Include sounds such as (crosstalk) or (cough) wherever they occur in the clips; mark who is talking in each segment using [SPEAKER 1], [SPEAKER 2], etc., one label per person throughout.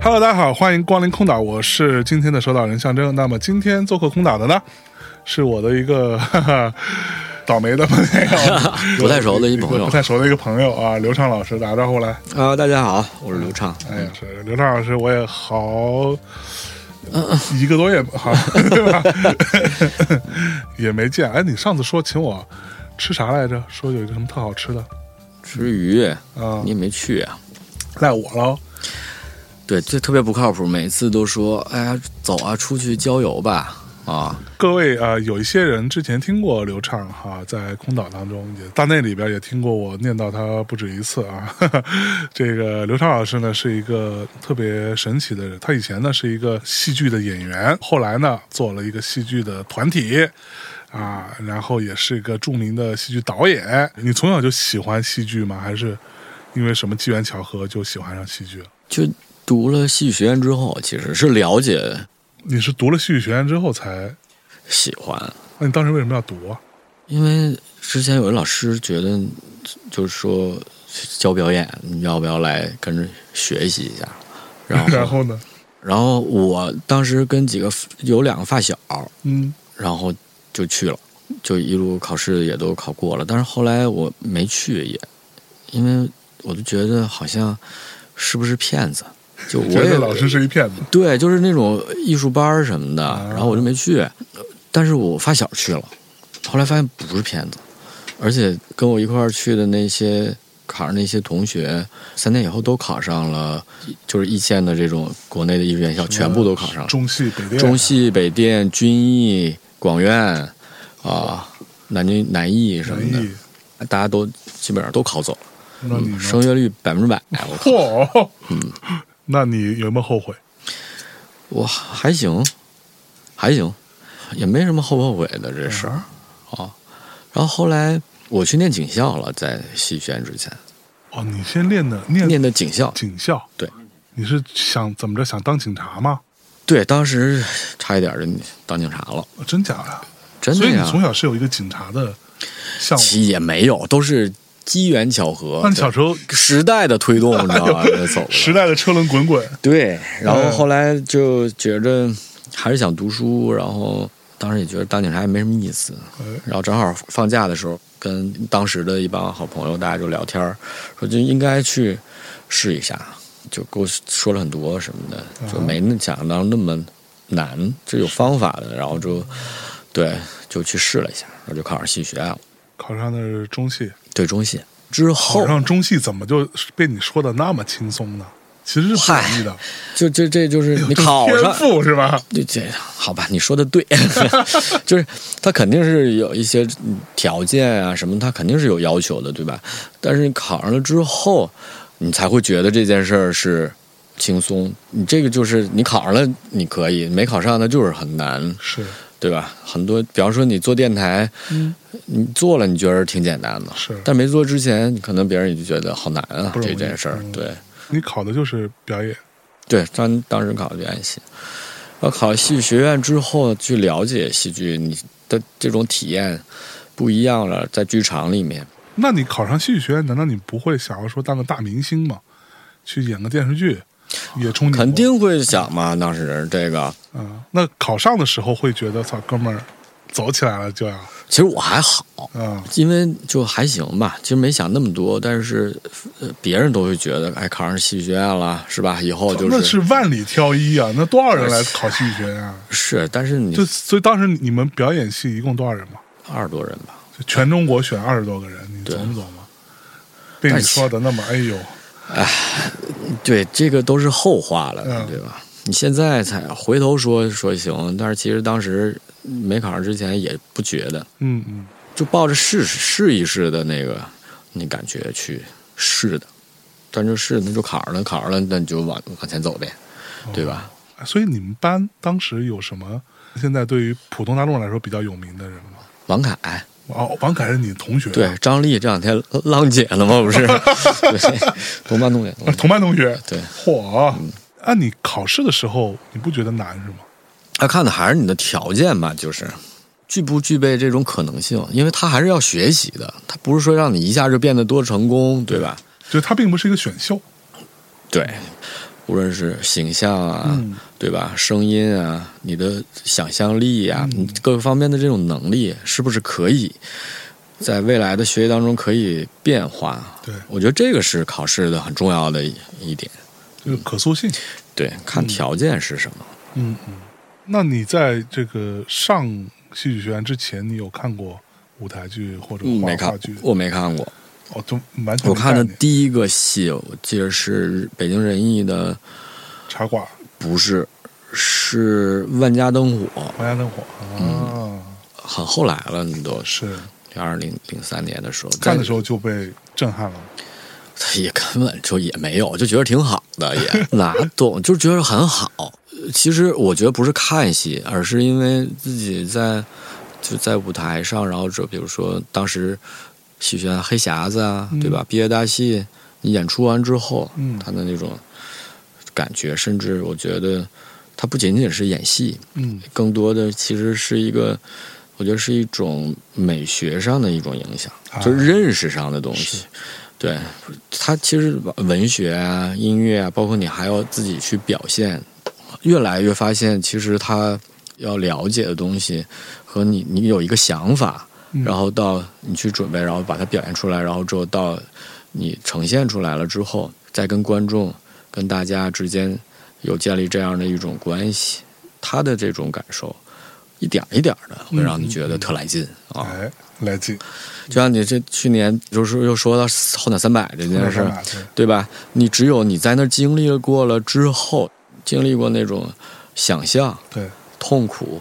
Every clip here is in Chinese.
[SPEAKER 1] Hello，大家好，欢迎光临空岛，我是今天的守岛人象征。那么今天做客空岛的呢，是我的一个哈哈倒霉的朋友，
[SPEAKER 2] (laughs) 不太熟的一朋友
[SPEAKER 1] 不太熟的一个朋友啊，刘畅老师打个招呼来。
[SPEAKER 2] 啊、大家好，我是刘畅。
[SPEAKER 1] 哎呀，是刘畅老师，我也好。一个多月吧好， (laughs) 也没见。哎，你上次说请我吃啥来着？说有一个什么特好吃的
[SPEAKER 2] 吃鱼，
[SPEAKER 1] 啊
[SPEAKER 2] 你，也没去啊？
[SPEAKER 1] 赖我喽。
[SPEAKER 2] 对，这特别不靠谱，每次都说，哎呀，走啊，出去郊游吧，啊，
[SPEAKER 1] 各位啊、呃有一些人之前听过刘畅哈，在空岛当中也大内里边也听过我念叨他不止一次啊。 (laughs) 这个刘畅老师呢是一个特别神奇的人，他以前呢是一个戏剧的演员，后来呢做了一个戏剧的团体。啊，然后也是一个著名的戏剧导演。你从小就喜欢戏剧吗？还是因为什么机缘巧合就喜欢上戏剧了？
[SPEAKER 2] 就读了戏剧学院之后，其实是了解
[SPEAKER 1] 你是读了戏剧学院之后才？
[SPEAKER 2] 喜欢，
[SPEAKER 1] 那你当时为什么要读啊？ (laughs)
[SPEAKER 2] 因为之前有人老师觉得，就是说教表演，你要不要来跟着学习一下？然
[SPEAKER 1] 然
[SPEAKER 2] (laughs) 后，
[SPEAKER 1] 后呢？
[SPEAKER 2] 然后我当时跟几个有两个发小，
[SPEAKER 1] 嗯，
[SPEAKER 2] 然后就去了，就一路考试也都考过了。但是后来我没去也，因为我就觉得好像是不是骗子，就我
[SPEAKER 1] 觉
[SPEAKER 2] 也
[SPEAKER 1] 得老师是一骗子。
[SPEAKER 2] 对，就是那种艺术班儿什么的，
[SPEAKER 1] 啊
[SPEAKER 2] 然后我就没去。但是我发小去了，后来发现不是骗子，而且跟我一块儿去的那些考上那些同学，三年以后都考上了，就是一线的这种国内的艺术院校，啊全部都考上了。
[SPEAKER 1] 中戏、北电、
[SPEAKER 2] 中戏、北电、军艺、广院啊，南京南艺什
[SPEAKER 1] 南
[SPEAKER 2] 么
[SPEAKER 1] 艺嗯
[SPEAKER 2] 的，，嗯大家都基本上都考走了，
[SPEAKER 1] 那你呢
[SPEAKER 2] 升学率百分之百。我靠
[SPEAKER 1] (laughs) 嚯，
[SPEAKER 2] 嗯
[SPEAKER 1] 那你有没有后悔？
[SPEAKER 2] 我还行，还行，也没什么后不后悔的这事儿
[SPEAKER 1] 嗯
[SPEAKER 2] 啊。然后后来我去念警校了，在戏剧院之前
[SPEAKER 1] 哦，你先练的念
[SPEAKER 2] 念的警校，
[SPEAKER 1] 警校，
[SPEAKER 2] 对
[SPEAKER 1] 你是想怎么着？想当警察吗？
[SPEAKER 2] 对，当时差一点就当警察了，
[SPEAKER 1] 哦真假的？
[SPEAKER 2] 真
[SPEAKER 1] 所
[SPEAKER 2] 的
[SPEAKER 1] 以你
[SPEAKER 2] 呀
[SPEAKER 1] 从。小是有一个警察的向往。
[SPEAKER 2] 其实也没有，都是机缘巧合。
[SPEAKER 1] 那你小时哎候
[SPEAKER 2] 时代的推动，你知
[SPEAKER 1] (laughs)
[SPEAKER 2] 道吧？就走了。
[SPEAKER 1] 时代的车轮滚滚，
[SPEAKER 2] 对，然后
[SPEAKER 1] 嗯
[SPEAKER 2] 后来就觉着还是想读书，然后当时也觉得当警察也没什么意思
[SPEAKER 1] 哎，
[SPEAKER 2] 然后正好放假的时候，跟当时的一帮好朋友大家就聊天儿，说就应该去试一下，就给我说了很多什么的，
[SPEAKER 1] 嗯
[SPEAKER 2] 就没那想当那么难，就有方法的，然后就对就去试了一下，然后就考上戏剧学院了，
[SPEAKER 1] 考上的是中戏。
[SPEAKER 2] 对中戏之后
[SPEAKER 1] 考上中戏怎么就被你说的那么轻松呢？其实是不容易的，
[SPEAKER 2] 就这这就是你考
[SPEAKER 1] 哎天
[SPEAKER 2] 上。
[SPEAKER 1] 赋是吧？
[SPEAKER 2] 对这好吧，你说的
[SPEAKER 1] (laughs)
[SPEAKER 2] 对， (laughs) 就是他肯定是有一些条件啊什么，他肯定是有要求的，对吧？但是你考上了之后，你才会觉得这件事儿是轻松。你这个就是你考上了你可以，没考上那就是很难，
[SPEAKER 1] 是
[SPEAKER 2] 对吧？很多，比方说你做电台，
[SPEAKER 1] 嗯
[SPEAKER 2] 你做了你觉得挺简单的，
[SPEAKER 1] 是
[SPEAKER 2] 但没做之前，可能别人也就觉得好难啊
[SPEAKER 1] 不容易
[SPEAKER 2] 这件事儿
[SPEAKER 1] 嗯，
[SPEAKER 2] 对。
[SPEAKER 1] 你考的就是表演，
[SPEAKER 2] 对，当当时考的表演系，然后呃考戏剧学院之后去了解戏剧，你的这种体验不一样了，在剧场里面。
[SPEAKER 1] 那你考上戏剧学院，难道你不会想要说当个大明星吗？去演个电视剧，也憧憬过
[SPEAKER 2] 肯定会想嘛，当时这个，
[SPEAKER 1] 啊。那考上的时候会觉得，操，哥们儿，走起来了就要
[SPEAKER 2] 其实我还好，
[SPEAKER 1] 啊，
[SPEAKER 2] 因为就还行吧，其实没想那么多，但是呃别人都会觉得，哎，考上戏剧学院了，是吧？以后就
[SPEAKER 1] 那
[SPEAKER 2] 是
[SPEAKER 1] 是万里挑一啊！那多少人来考戏剧学院
[SPEAKER 2] (laughs)
[SPEAKER 1] 啊？
[SPEAKER 2] 是但是你
[SPEAKER 1] 就所以当时你们表演系一共多少人嘛？
[SPEAKER 2] 二十多人吧，
[SPEAKER 1] 就全中国选二十多个人，你
[SPEAKER 2] 对
[SPEAKER 1] 琢磨琢磨，被你说的那么哎呦，
[SPEAKER 2] 对，这个都是后话了，
[SPEAKER 1] 嗯
[SPEAKER 2] 对吧？你现在才回头说说行，但是其实当时没考上之前也不觉得，
[SPEAKER 1] 嗯嗯，
[SPEAKER 2] 就抱着试试试一试的那个那感觉去试的，但就是那就考上了，考上了那你就往往前走呗，对吧？
[SPEAKER 1] 哎所以你们班当时有什么现在对于普通大众来说比较有名的人吗？
[SPEAKER 2] 王凯，
[SPEAKER 1] 哦，王凯是你同学，
[SPEAKER 2] 对，张丽这两天浪姐了吗？不是，对，同班同学，
[SPEAKER 1] 啊，同班同学，
[SPEAKER 2] 对，
[SPEAKER 1] 嚯！按你考试的时候，你不觉得难是吗？
[SPEAKER 2] 他看的还是你的条件吧，就是具不具备这种可能性，因为他还是要学习的，他不是说让你一下就变得多成功，对吧？
[SPEAKER 1] 就它并不是一个选秀，
[SPEAKER 2] 对，无论是形象啊，
[SPEAKER 1] 嗯
[SPEAKER 2] 对吧？声音啊，你的想象力啊，
[SPEAKER 1] 嗯
[SPEAKER 2] 你各个方面的这种能力，是不是可以在未来的学习当中可以变化？
[SPEAKER 1] 对
[SPEAKER 2] 我觉得这个是考试的很重要的一一点。
[SPEAKER 1] 这个可塑性。
[SPEAKER 2] 对，看条件是什么。
[SPEAKER 1] 嗯嗯。那你在这个上戏剧学院之前，你有看过舞台剧或者
[SPEAKER 2] 嗯
[SPEAKER 1] 话
[SPEAKER 2] 没
[SPEAKER 1] 话
[SPEAKER 2] 看
[SPEAKER 1] 剧，？
[SPEAKER 2] 我没看过。
[SPEAKER 1] 哦，就完全
[SPEAKER 2] 我
[SPEAKER 1] 没
[SPEAKER 2] 看
[SPEAKER 1] 概
[SPEAKER 2] 的
[SPEAKER 1] 念
[SPEAKER 2] 第一个戏，我记得是北京人艺的，
[SPEAKER 1] 茶馆《
[SPEAKER 2] 不是，是万家灯火，
[SPEAKER 1] 王家灯火》
[SPEAKER 2] 嗯
[SPEAKER 1] 啊，
[SPEAKER 2] 很后来了，你都是
[SPEAKER 1] 是
[SPEAKER 2] 二零零三年的时候
[SPEAKER 1] 看的时
[SPEAKER 2] 候，
[SPEAKER 1] 候就被震撼了。
[SPEAKER 2] 也根本就也没有，就觉得挺好的，也哪懂，就觉得很好。呃其实我觉得不是看戏，而是因为自己在就在舞台上，然后这比如说当时戏剧学院黑匣子啊，对吧？毕业大戏，你演出完之后，
[SPEAKER 1] 嗯
[SPEAKER 2] 他的那种感觉，甚至我觉得它不仅仅是演戏，
[SPEAKER 1] 嗯
[SPEAKER 2] 更多的其实是一个，我觉得是一种美学上的一种影响，
[SPEAKER 1] 啊
[SPEAKER 2] 就是认识上的东西。对，它其实文学啊、音乐啊，包括你还要自己去表现，越来越发现，其实他要了解的东西和你，你有一个想法，
[SPEAKER 1] 嗯
[SPEAKER 2] 然后到你去准备，然后把它表现出来，然后之后到你呈现出来了之后，再跟观众、跟大家之间有建立这样的一种关系，他的这种感受，一点儿一点的会让你觉得特来劲啊！
[SPEAKER 1] 哎，来劲，
[SPEAKER 2] 就像你这去年就是又说到后脑三百这件事
[SPEAKER 1] 上
[SPEAKER 2] 儿，
[SPEAKER 1] 哪去？
[SPEAKER 2] 对吧？你只有你在那儿经历过了之后，经历过那种想象、
[SPEAKER 1] 对，
[SPEAKER 2] 痛苦，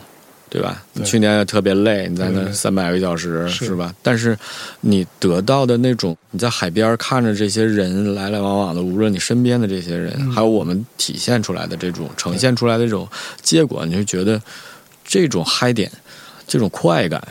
[SPEAKER 2] 对吧？
[SPEAKER 1] 对
[SPEAKER 2] 你去年也特别累，你在
[SPEAKER 1] 对对
[SPEAKER 2] 那
[SPEAKER 1] 对
[SPEAKER 2] 三百个小时
[SPEAKER 1] 是
[SPEAKER 2] 是吧？但是你得到的那种，你在海边看着这些人来来往往的，无论你身边的这些人，
[SPEAKER 1] 嗯
[SPEAKER 2] 还有我们体现出来的这种呈现出来的这种结果，你就觉得这种嗨点，这种快感，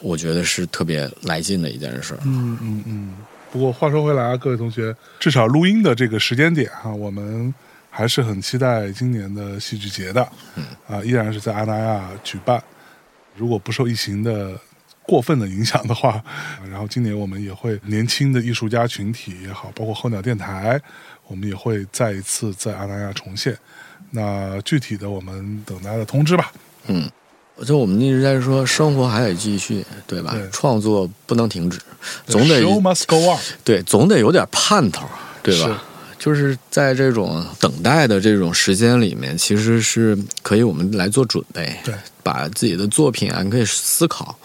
[SPEAKER 2] 我觉得是特别来劲的一件事儿。
[SPEAKER 1] 嗯嗯嗯。不过话说回来啊，各位同学，至少录音的这个时间点哈、我们还是很期待今年的戏剧节的，
[SPEAKER 2] 嗯
[SPEAKER 1] 啊，依然是在阿那亚举办。如果不受疫情的过分的影响的话，然后今年我们也会年轻的艺术家群体也好，包括候鸟电台，我们也会再一次在阿那亚重现。那具体的，我们等大家的通知吧。
[SPEAKER 2] 就我们一直在说，生活还得继续，对吧？
[SPEAKER 1] 对
[SPEAKER 2] 创作不能停止，总得
[SPEAKER 1] show must go on。
[SPEAKER 2] 对，总得有点盼头，啊对吧？就是在这种等待的这种时间里面，其实是可以我们来做准备，
[SPEAKER 1] 对，
[SPEAKER 2] 把自己的作品啊，你可以思考，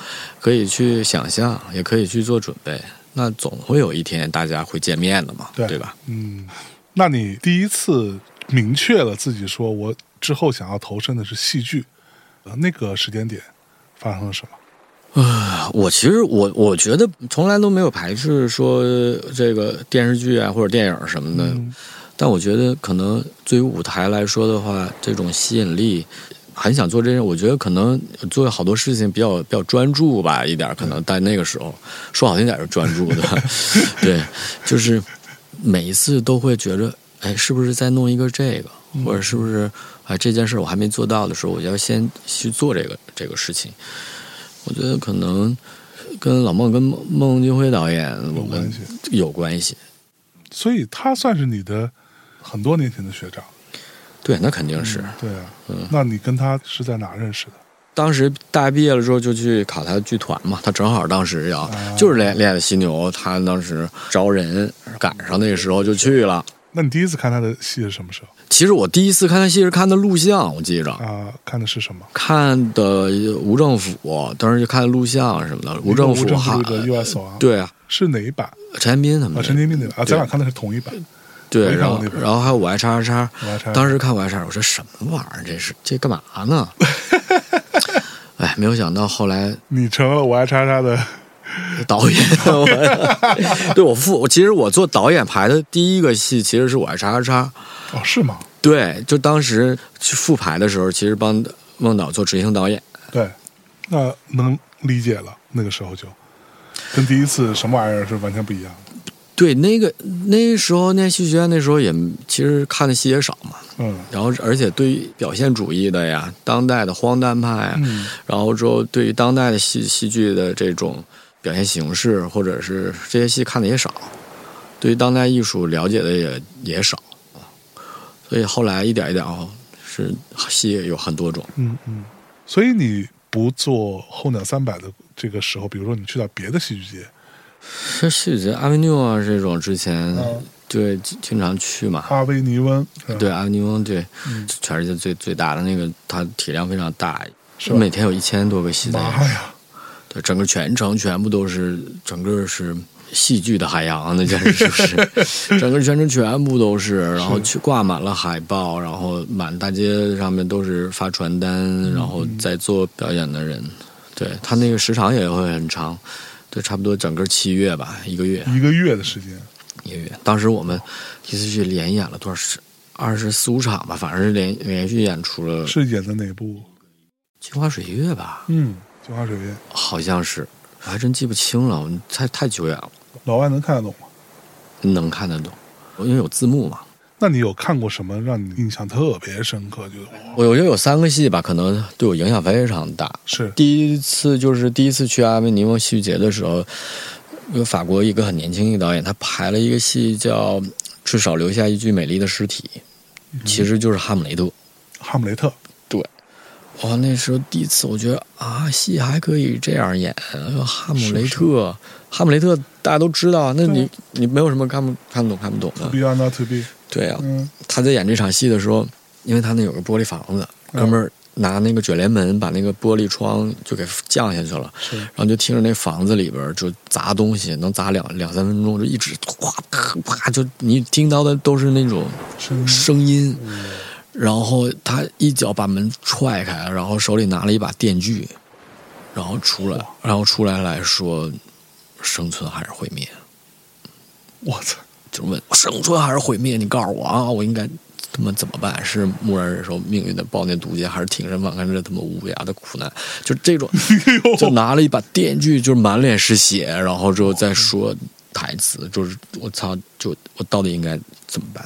[SPEAKER 2] 可以去想象，也可以去做准备。那总会有一天大家会见面的嘛，
[SPEAKER 1] 对
[SPEAKER 2] 吧？
[SPEAKER 1] 嗯，那你第一次明确了自己说我之后想要投身的是戏剧，呃，那个时间点发生了什么？
[SPEAKER 2] 我其实我我觉得从来都没有排斥说这个电视剧啊或者电影什么的，
[SPEAKER 1] 嗯
[SPEAKER 2] 但我觉得可能对于舞台来说的话，这种吸引力。很想做这件事，我觉得可能做好多事情比较比较专注吧，一点儿可
[SPEAKER 1] 嗯
[SPEAKER 2] 能在那个时候，说好听点儿是专注的， (laughs) 对，就是每一次都会觉着，哎，是不是在弄一个这个，
[SPEAKER 1] 嗯
[SPEAKER 2] 或者是不是哎这件事我还没做到的时候，我就要先去做这个这个事情。我觉得可能跟老孟跟孟孟京辉导演我
[SPEAKER 1] 关
[SPEAKER 2] 们
[SPEAKER 1] 系
[SPEAKER 2] 有关系，
[SPEAKER 1] 所以他算是你的很多年前的学长，
[SPEAKER 2] 对，那肯定是。
[SPEAKER 1] 对啊。
[SPEAKER 2] 嗯
[SPEAKER 1] 那你跟他是在哪认识的？
[SPEAKER 2] 当时大学毕业了之后就去考他剧团嘛，他正好当时
[SPEAKER 1] 哦
[SPEAKER 2] 要、就是练练的犀牛，他当时招人，赶上那个时候就去了。
[SPEAKER 1] 那你第一次看他的戏是什么时候
[SPEAKER 2] 其实我第一次看他戏是看的录像，我记着。
[SPEAKER 1] 啊、看的是什么？
[SPEAKER 2] 看的无政府，当时就看录像什么的。无政
[SPEAKER 1] 一
[SPEAKER 2] 府
[SPEAKER 1] 个无
[SPEAKER 2] 哈
[SPEAKER 1] 政，的 USO 啊，，
[SPEAKER 2] 对啊，
[SPEAKER 1] 是哪一版？
[SPEAKER 2] 陈建斌他们
[SPEAKER 1] 啊，陈建斌那版啊，
[SPEAKER 2] 对
[SPEAKER 1] 咱俩看的是同一版。我
[SPEAKER 2] 对，
[SPEAKER 1] 也看
[SPEAKER 2] 然
[SPEAKER 1] 过
[SPEAKER 2] 后
[SPEAKER 1] 那本
[SPEAKER 2] 然后还有我爱叉叉
[SPEAKER 1] 我爱叉
[SPEAKER 2] 叉
[SPEAKER 1] 叉， (laughs)
[SPEAKER 2] 当时看我爱叉叉，我说什么玩意儿这是，这干嘛呢？哎，哎，没有想到后来
[SPEAKER 1] 你成了我爱叉叉
[SPEAKER 2] (laughs)
[SPEAKER 1] 的，
[SPEAKER 2] 导演，我 (laughs) 对我父，我其实我做导演排的第一个戏其实是我爱叉叉叉，
[SPEAKER 1] 哦，是吗？
[SPEAKER 2] 对，就当时去复排的时候，其实帮孟导做执行导演，
[SPEAKER 1] 对，那能理解了，那个时候就跟第一次什么玩意儿是完全不一样的。
[SPEAKER 2] 对，那个那时候那戏剧学院那时候也其实看的戏也少嘛，
[SPEAKER 1] 嗯
[SPEAKER 2] 然后而且对于表现主义的呀、当代的荒诞派呀，
[SPEAKER 1] 嗯
[SPEAKER 2] 然后之后对于当代的戏戏剧的这种表现形式，或者是这些戏看的也少，对于当代艺术了解的也也少，所以后来一点一点哦，是戏有很多种。
[SPEAKER 1] 嗯嗯，所以你不做候鸟三百的这个时候，比如说你去到别的戏剧节，
[SPEAKER 2] 像戏剧节、阿维纽啊这种，之前
[SPEAKER 1] 嗯
[SPEAKER 2] 对经经常去嘛，
[SPEAKER 1] 阿维尼翁，是吧
[SPEAKER 2] 对，阿维纽对，
[SPEAKER 1] 嗯
[SPEAKER 2] 全世界最最大的那个，它体量非常大，
[SPEAKER 1] 是吧
[SPEAKER 2] 每天有一千多个戏在演
[SPEAKER 1] 妈呀，
[SPEAKER 2] 对，整个全程全部都是，整个是戏剧的海洋，那简直就是， (laughs) 整个全程全部都是，然后去挂满了海报，然后满大街上面都是发传单，然后在做表演的人，对他那个时长也会很长，对，差不多整个七月吧，一个月，
[SPEAKER 1] 一个月的时间，
[SPEAKER 2] 一个月。当时我们一次去连演了多少十二十四五场吧，反正是连连续演出了《
[SPEAKER 1] 是演的哪部？
[SPEAKER 2] 镜花水月》吧，
[SPEAKER 1] 嗯，《镜花水月》，
[SPEAKER 2] 好像是，我还真记不清了，我们太太久远了。
[SPEAKER 1] 老外能看得懂吗？
[SPEAKER 2] 能看得懂，因为有字幕嘛。
[SPEAKER 1] 那你有看过什么让你印象特别深刻？就
[SPEAKER 2] 我我觉得有三个戏吧，可能对我影响非常大。
[SPEAKER 1] 是
[SPEAKER 2] 第一次就是第一次去阿维尼翁戏剧节的时候，有法国一个很年轻一个导演，他排了一个戏叫《至少留下一具美丽的尸体》，其实就是《哈姆雷特》。
[SPEAKER 1] 哈姆雷特，
[SPEAKER 2] 哇，那时候第一次我觉得啊，戏还可以这样演，呃哈姆雷特，哈姆雷特大家都知道，那你你没有什么看不看不懂看不懂的
[SPEAKER 1] b e y o n d to be，
[SPEAKER 2] 对啊，
[SPEAKER 1] 嗯，
[SPEAKER 2] 他在演这场戏的时候，因为他那有个玻璃房子，
[SPEAKER 1] 嗯
[SPEAKER 2] 哥们儿拿那个卷帘门把那个玻璃窗就给降下去了，
[SPEAKER 1] 是
[SPEAKER 2] 然后就听着那房子里边儿就砸东西，能砸两两三分钟，就一直哗啪啪，就你听到的都是那种
[SPEAKER 1] 声音，
[SPEAKER 2] 声音。
[SPEAKER 1] 嗯
[SPEAKER 2] 然后他一脚把门踹开，然后手里拿了一把电锯，然后出来，然后出来来说，生存还是毁灭。
[SPEAKER 1] 我操，
[SPEAKER 2] 就问生存还是毁灭？你告诉我啊，我应该他妈怎么办？是默然忍受命运的暴虐毒蝎，还是挺身反抗这他妈无涯的苦难？就这种，就拿了一把电锯，就是满脸是血，然后之后再说台词，就是我操，就我到底应该怎么办？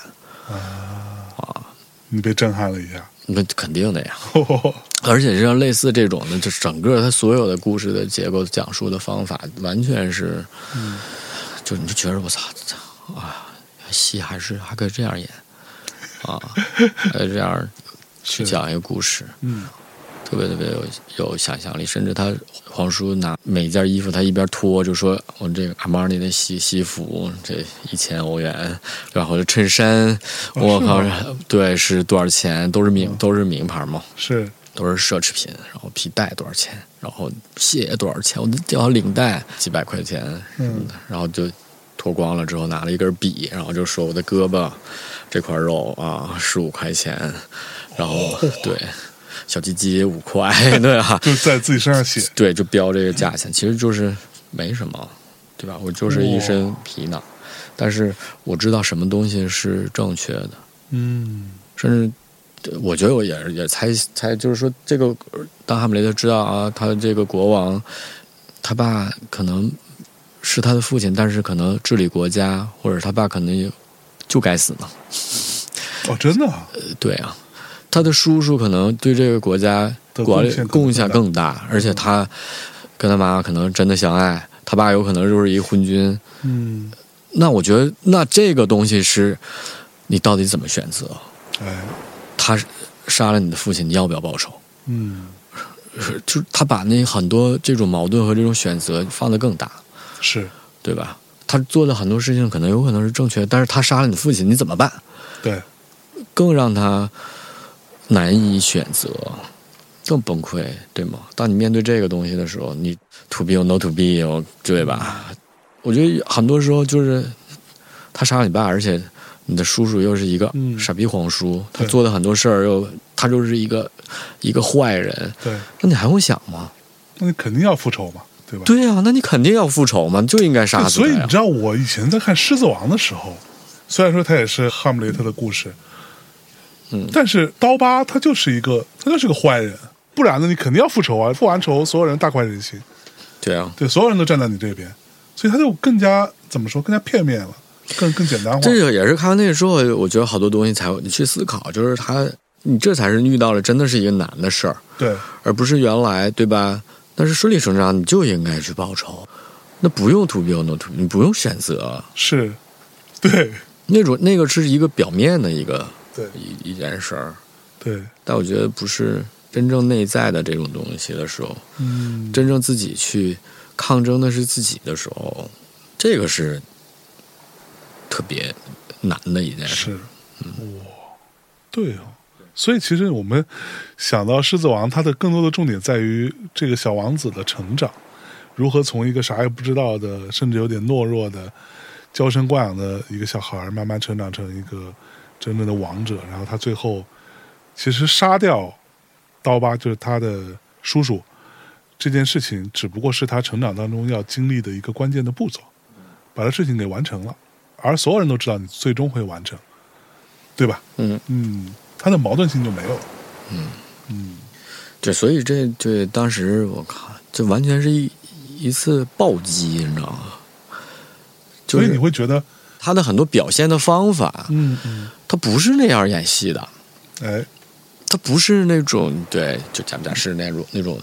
[SPEAKER 1] 你被震撼了一下， (laughs)
[SPEAKER 2] 那肯定的呀，
[SPEAKER 1] 嗯
[SPEAKER 2] 而且像类似这种的，就整个它所有的故事的结构、讲述的方法，完全是，就你就觉得我操，操啊，戏还是还可以这样演啊，还这样去讲一个故事，
[SPEAKER 1] 嗯
[SPEAKER 2] 特别特别有有想象力。甚至他黄叔拿每件衣服，他一边脱就说：“我这个阿玛尼的西西服这一千欧元，然后这衬衫，我靠，对，是多少钱？都是名都是名牌嘛。”
[SPEAKER 1] 是
[SPEAKER 2] 都是奢侈品，然后皮带多少钱，然后鞋多少钱，我的条领带几百块钱什么的，然后就脱光了之后拿了一根笔，然后就说我的胳膊这块肉啊十五块钱，然后、对小鸡鸡五块， (laughs) 对啊，
[SPEAKER 1] 就在自己身上写，
[SPEAKER 2] 对，就标这个价钱，其实就是没什么，对吧？我就是一身皮囊，但是我知道什么东西是正确的，
[SPEAKER 1] 嗯
[SPEAKER 2] 甚至对我觉得我也是也猜猜，就是说这个呃当哈姆雷特知道啊，他这个国王，他爸可能是他的父亲，但是可能治理国家，或者他爸可能也就该死呢。
[SPEAKER 1] 哦，真的啊，
[SPEAKER 2] 呃对啊，他的叔叔可能对这个国家
[SPEAKER 1] 的
[SPEAKER 2] 管理
[SPEAKER 1] 贡献更
[SPEAKER 2] 贡献更大，而且他跟他妈可能真的相爱，他爸有可能就是一昏君。
[SPEAKER 1] 嗯，
[SPEAKER 2] 那我觉得，那这个东西是你到底怎么选择？
[SPEAKER 1] 哎，
[SPEAKER 2] 他杀了你的父亲，你要不要报仇？
[SPEAKER 1] 嗯，
[SPEAKER 2] 是就是他把那很多这种矛盾和这种选择放得更大，
[SPEAKER 1] 是
[SPEAKER 2] 对吧？他做的很多事情可能有可能是正确，但是他杀了你父亲，你怎么办？
[SPEAKER 1] 对，
[SPEAKER 2] 更让他难以选择，更崩溃，对吗？当你面对这个东西的时候，你 to be or not to be，哦对吧？我觉得很多时候就是他杀了你爸，而且你的叔叔又是一个
[SPEAKER 1] 嗯
[SPEAKER 2] 傻逼皇叔，他
[SPEAKER 1] 对
[SPEAKER 2] 做的很多事儿又他就是一个一个坏人，
[SPEAKER 1] 对，
[SPEAKER 2] 那你还用想吗？
[SPEAKER 1] 那你肯定要复仇嘛，对吧？
[SPEAKER 2] 对呀、那你肯定要复仇嘛，就应该杀死
[SPEAKER 1] (laughs) 所
[SPEAKER 2] 他
[SPEAKER 1] 以
[SPEAKER 2] 呀
[SPEAKER 1] 你。知道，我以前在看《狮子王》的时候，虽然说它也是哈姆雷特的故事，
[SPEAKER 2] 嗯
[SPEAKER 1] 但是刀疤他就是一个，他就是个坏人，不然呢，你肯定要复仇啊！复完仇，所有人大快人心，
[SPEAKER 2] 对啊，
[SPEAKER 1] 对，所有人都站在你这边，所以他就更加怎么说，更加片面了，更更简单化。
[SPEAKER 2] 这个也是看完那个之后，我觉得好多东西才会你去思考，就是他，你这才是遇到了真的是一个难的事儿，
[SPEAKER 1] 对，
[SPEAKER 2] 而不是原来对吧？但是顺理成章，你就应该去报仇，那不用 to be or not to，be，你不用选择，
[SPEAKER 1] 是，对，
[SPEAKER 2] 那种那个是一个表面的一个
[SPEAKER 1] 对，
[SPEAKER 2] 一一件事儿，
[SPEAKER 1] 对，
[SPEAKER 2] 但我觉得不是真正内在的这种东西的时候，
[SPEAKER 1] 嗯，
[SPEAKER 2] 真正自己去抗争的是自己的时候，这个是特别难的一件事。
[SPEAKER 1] 是，哇，对哦。所以其实我们想到《狮子王》，它的更多的重点在于这个小王子的成长，如何从一个啥也不知道的，甚至有点懦弱的、娇生惯养的一个小孩儿，慢慢成长成一个真正的王者。然后他最后其实杀掉刀疤，就是他的叔叔这件事情，只不过是他成长当中要经历的一个关键的步骤，把这事情给完成了。而所有人都知道你最终会完成，对吧？
[SPEAKER 2] 嗯
[SPEAKER 1] 嗯，他的矛盾性就没有了。
[SPEAKER 2] 对，所以这对当时我靠，这完全是一一次暴击，你知道吗？就
[SPEAKER 1] 所以你
[SPEAKER 2] 是
[SPEAKER 1] 会觉得，
[SPEAKER 2] 他的很多表现的方法，
[SPEAKER 1] 嗯嗯，
[SPEAKER 2] 他不是那样演戏的。
[SPEAKER 1] 哎，
[SPEAKER 2] 他不是那种对，就假不假是那种那种，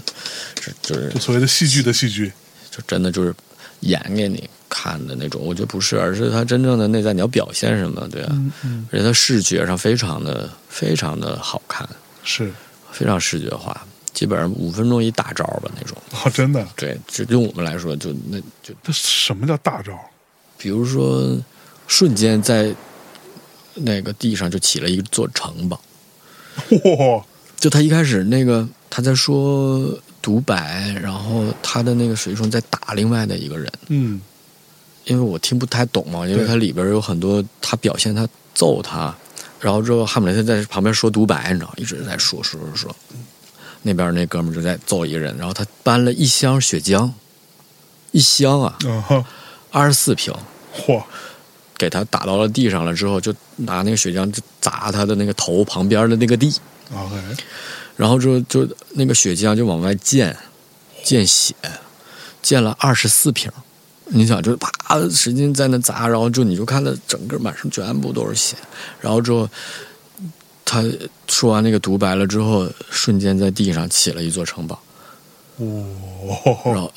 [SPEAKER 2] 就就是
[SPEAKER 1] 就所谓的戏剧的戏剧，
[SPEAKER 2] 就真的就是演给你看的那种，我觉得不是，而是他真正的内在你要表现什么，对啊，
[SPEAKER 1] 嗯，
[SPEAKER 2] 而且他视觉上非常的非常的好看，
[SPEAKER 1] 是，
[SPEAKER 2] 非常视觉化，基本上五分钟一大招吧那种。
[SPEAKER 1] 哦，真的，
[SPEAKER 2] 对，就用我们来说，就那就
[SPEAKER 1] 这什么叫大招？
[SPEAKER 2] 比如说瞬间在那个地上就起了一座城堡，
[SPEAKER 1] 哇，
[SPEAKER 2] 就他一开始那个他在说独白，然后他的那个水手在打另外的一个人。
[SPEAKER 1] 嗯，
[SPEAKER 2] 因为我听不太懂嘛，因为
[SPEAKER 1] 对
[SPEAKER 2] 它里边有很多他表现他揍他，然后之后哈姆雷特在旁边说独白，你知道，一直在说说说说，那边那哥们儿就在揍一个人，然后他搬了一箱血浆，一箱啊，
[SPEAKER 1] 啊哈，
[SPEAKER 2] 二十四瓶，
[SPEAKER 1] 哇，
[SPEAKER 2] 给他打到了地上了之后，就拿那个血浆就砸他的那个头旁边的那个地，
[SPEAKER 1] 啊哎，
[SPEAKER 2] 然后之后就那个血浆就往外溅，溅血，溅了二十四瓶儿。你想，就是啪，使劲在那砸，然后就你就看他整个满上全部都是血，然后之后他说完那个独白了之后，瞬间在地上起了一座城堡，然
[SPEAKER 1] 哇，
[SPEAKER 2] 后然后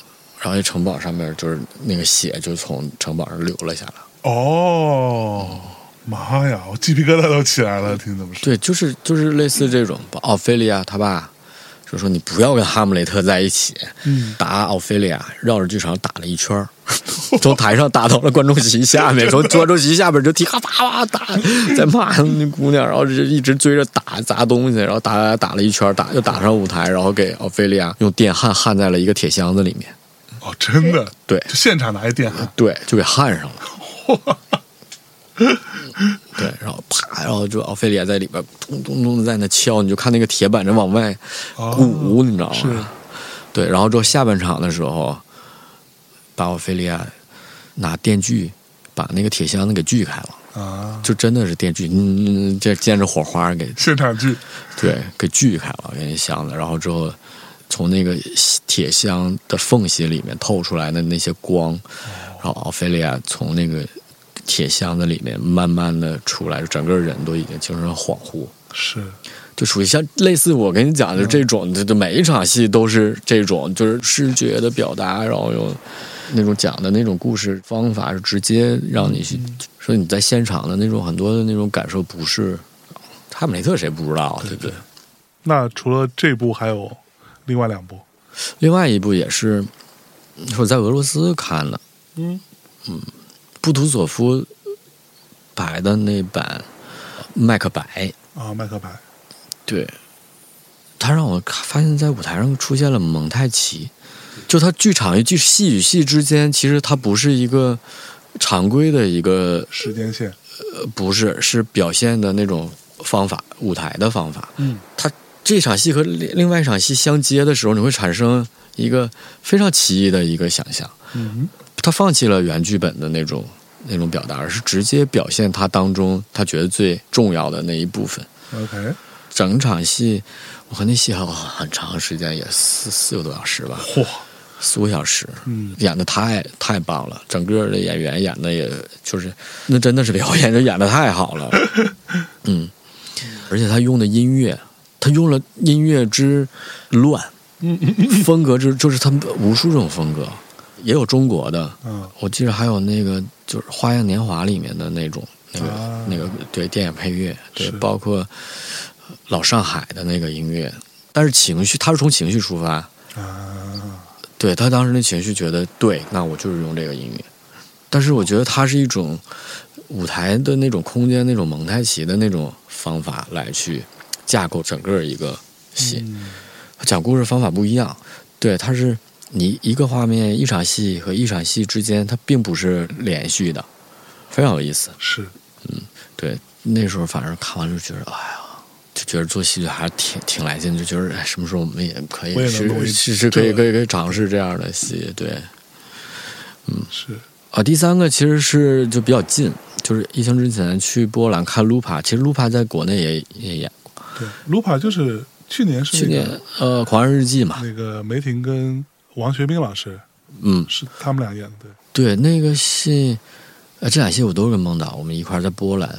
[SPEAKER 2] 那城堡上面就是那个血就从城堡上流了下来。
[SPEAKER 1] 哦，妈呀，我鸡皮疙瘩都起来了，听这么说，
[SPEAKER 2] 对，就是就是类似这种，把奥菲利亚他爸就说你不要跟哈姆雷特在一起，
[SPEAKER 1] 嗯，
[SPEAKER 2] 打奥菲利亚，绕着剧场打了一圈儿从台上打到了观众席下面，从观众席下边就踢哈啪啪打，在骂那姑娘，然后就一直追着打砸东西，然后打打打了一圈儿，打又打上舞台，然后给奥菲利亚用电焊焊在了一个铁箱子里面，
[SPEAKER 1] 哦，真的，
[SPEAKER 2] 对
[SPEAKER 1] 就现场拿一电焊，
[SPEAKER 2] 对，就给焊上了。对，然后啪，然后就奥菲利亚在里边咚咚咚地在那敲，你就看那个铁板在往外
[SPEAKER 1] 哦
[SPEAKER 2] 鼓，你知道
[SPEAKER 1] 是
[SPEAKER 2] 吗？对，然后之后下半场的时候，把奥菲利亚拿电锯把那个铁箱子给锯开了，
[SPEAKER 1] 啊，
[SPEAKER 2] 就真的是电锯，嗯，这见着火花给
[SPEAKER 1] 现场剧，
[SPEAKER 2] 对给锯开了，给那箱子，然后之后从那个铁箱的缝隙里面透出来的那些光，然后奥菲利亚从那个铁箱子里面慢慢的出来，整个人都已经精神恍惚。
[SPEAKER 1] 是，
[SPEAKER 2] 就属于像类似我跟你讲的这种，就就每一场戏都是这种，就是视觉的表达，然后有那种讲的那种故事方法，是直接让你去说你在现场的那种很多的那种感受，不是哈姆雷特谁不知道，对不对？
[SPEAKER 1] 那除了这部，还有另外两部，
[SPEAKER 2] 另外一部也是呃是我在俄罗斯看的，
[SPEAKER 1] 嗯
[SPEAKER 2] 布图佐夫拍的那版《麦克白》，
[SPEAKER 1] 啊，麦克白，
[SPEAKER 2] 对，他让我看发现，在舞台上出现了蒙太奇，就他剧场与剧戏与戏之间，其实它不是一个常规的一个，
[SPEAKER 1] 时间线，
[SPEAKER 2] 呃不是是表现的那种方法，舞台的方法，
[SPEAKER 1] 嗯，
[SPEAKER 2] 它这场戏和另另外一场戏相接的时候，你会产生一个非常奇异的一个想象。
[SPEAKER 1] 嗯
[SPEAKER 2] 他放弃了原剧本的那种那种表达，而是直接表现他当中他觉得最重要的那一部分。
[SPEAKER 1] 嗯，OK，
[SPEAKER 2] 整场戏，我看那戏还有很长时间，也四四个多小时吧，
[SPEAKER 1] 嚯，
[SPEAKER 2] 四五小时，
[SPEAKER 1] 嗯
[SPEAKER 2] 演的太太棒了。整个的演员演的也就是，那真的是表演，这演的太好 (laughs) 了。嗯，而且他用的音乐，他用了音乐之乱，
[SPEAKER 1] 嗯嗯嗯
[SPEAKER 2] 风格之就是他们无数种风格，也有中国的，
[SPEAKER 1] 嗯，
[SPEAKER 2] 我记得还有那个就是《花样年华》里面的那种那个、
[SPEAKER 1] 啊
[SPEAKER 2] 那个对电影配乐，对
[SPEAKER 1] 是
[SPEAKER 2] 包括呃老上海的那个音乐，但是情绪他是从情绪出发，
[SPEAKER 1] 啊，
[SPEAKER 2] 对他当时那情绪觉得对，那我就是用这个音乐，但是我觉得它是一种舞台的那种空间、那种蒙太奇的那种方法来去架构整个一个戏，
[SPEAKER 1] 嗯
[SPEAKER 2] 讲故事方法不一样，对，它是你一个画面、一场戏和一场戏之间，它并不是连续的，非常有意思。
[SPEAKER 1] 是，
[SPEAKER 2] 对，那时候反正看完就觉得，哎呀，就觉得做戏剧还是挺挺来劲，就觉得哎，什么时候我们也可以
[SPEAKER 1] 我也能弄一
[SPEAKER 2] 是是是可以
[SPEAKER 1] 这个
[SPEAKER 2] 可以可以尝试这样的戏，对。
[SPEAKER 1] 是，
[SPEAKER 2] 啊，第三个其实是就比较近，就是疫情之前去波兰看 Lupa，其实 Lupa 在国内也也演，
[SPEAKER 1] 对，Lupa 就是去年是
[SPEAKER 2] 去
[SPEAKER 1] 那
[SPEAKER 2] 年
[SPEAKER 1] 个
[SPEAKER 2] 呃《狂人日记》嘛，
[SPEAKER 1] 那个梅婷跟王学兵老师
[SPEAKER 2] 嗯，
[SPEAKER 1] 是他们俩演的，对，
[SPEAKER 2] 对，那个戏，呃，这俩戏我都跟孟导我们一块儿在波兰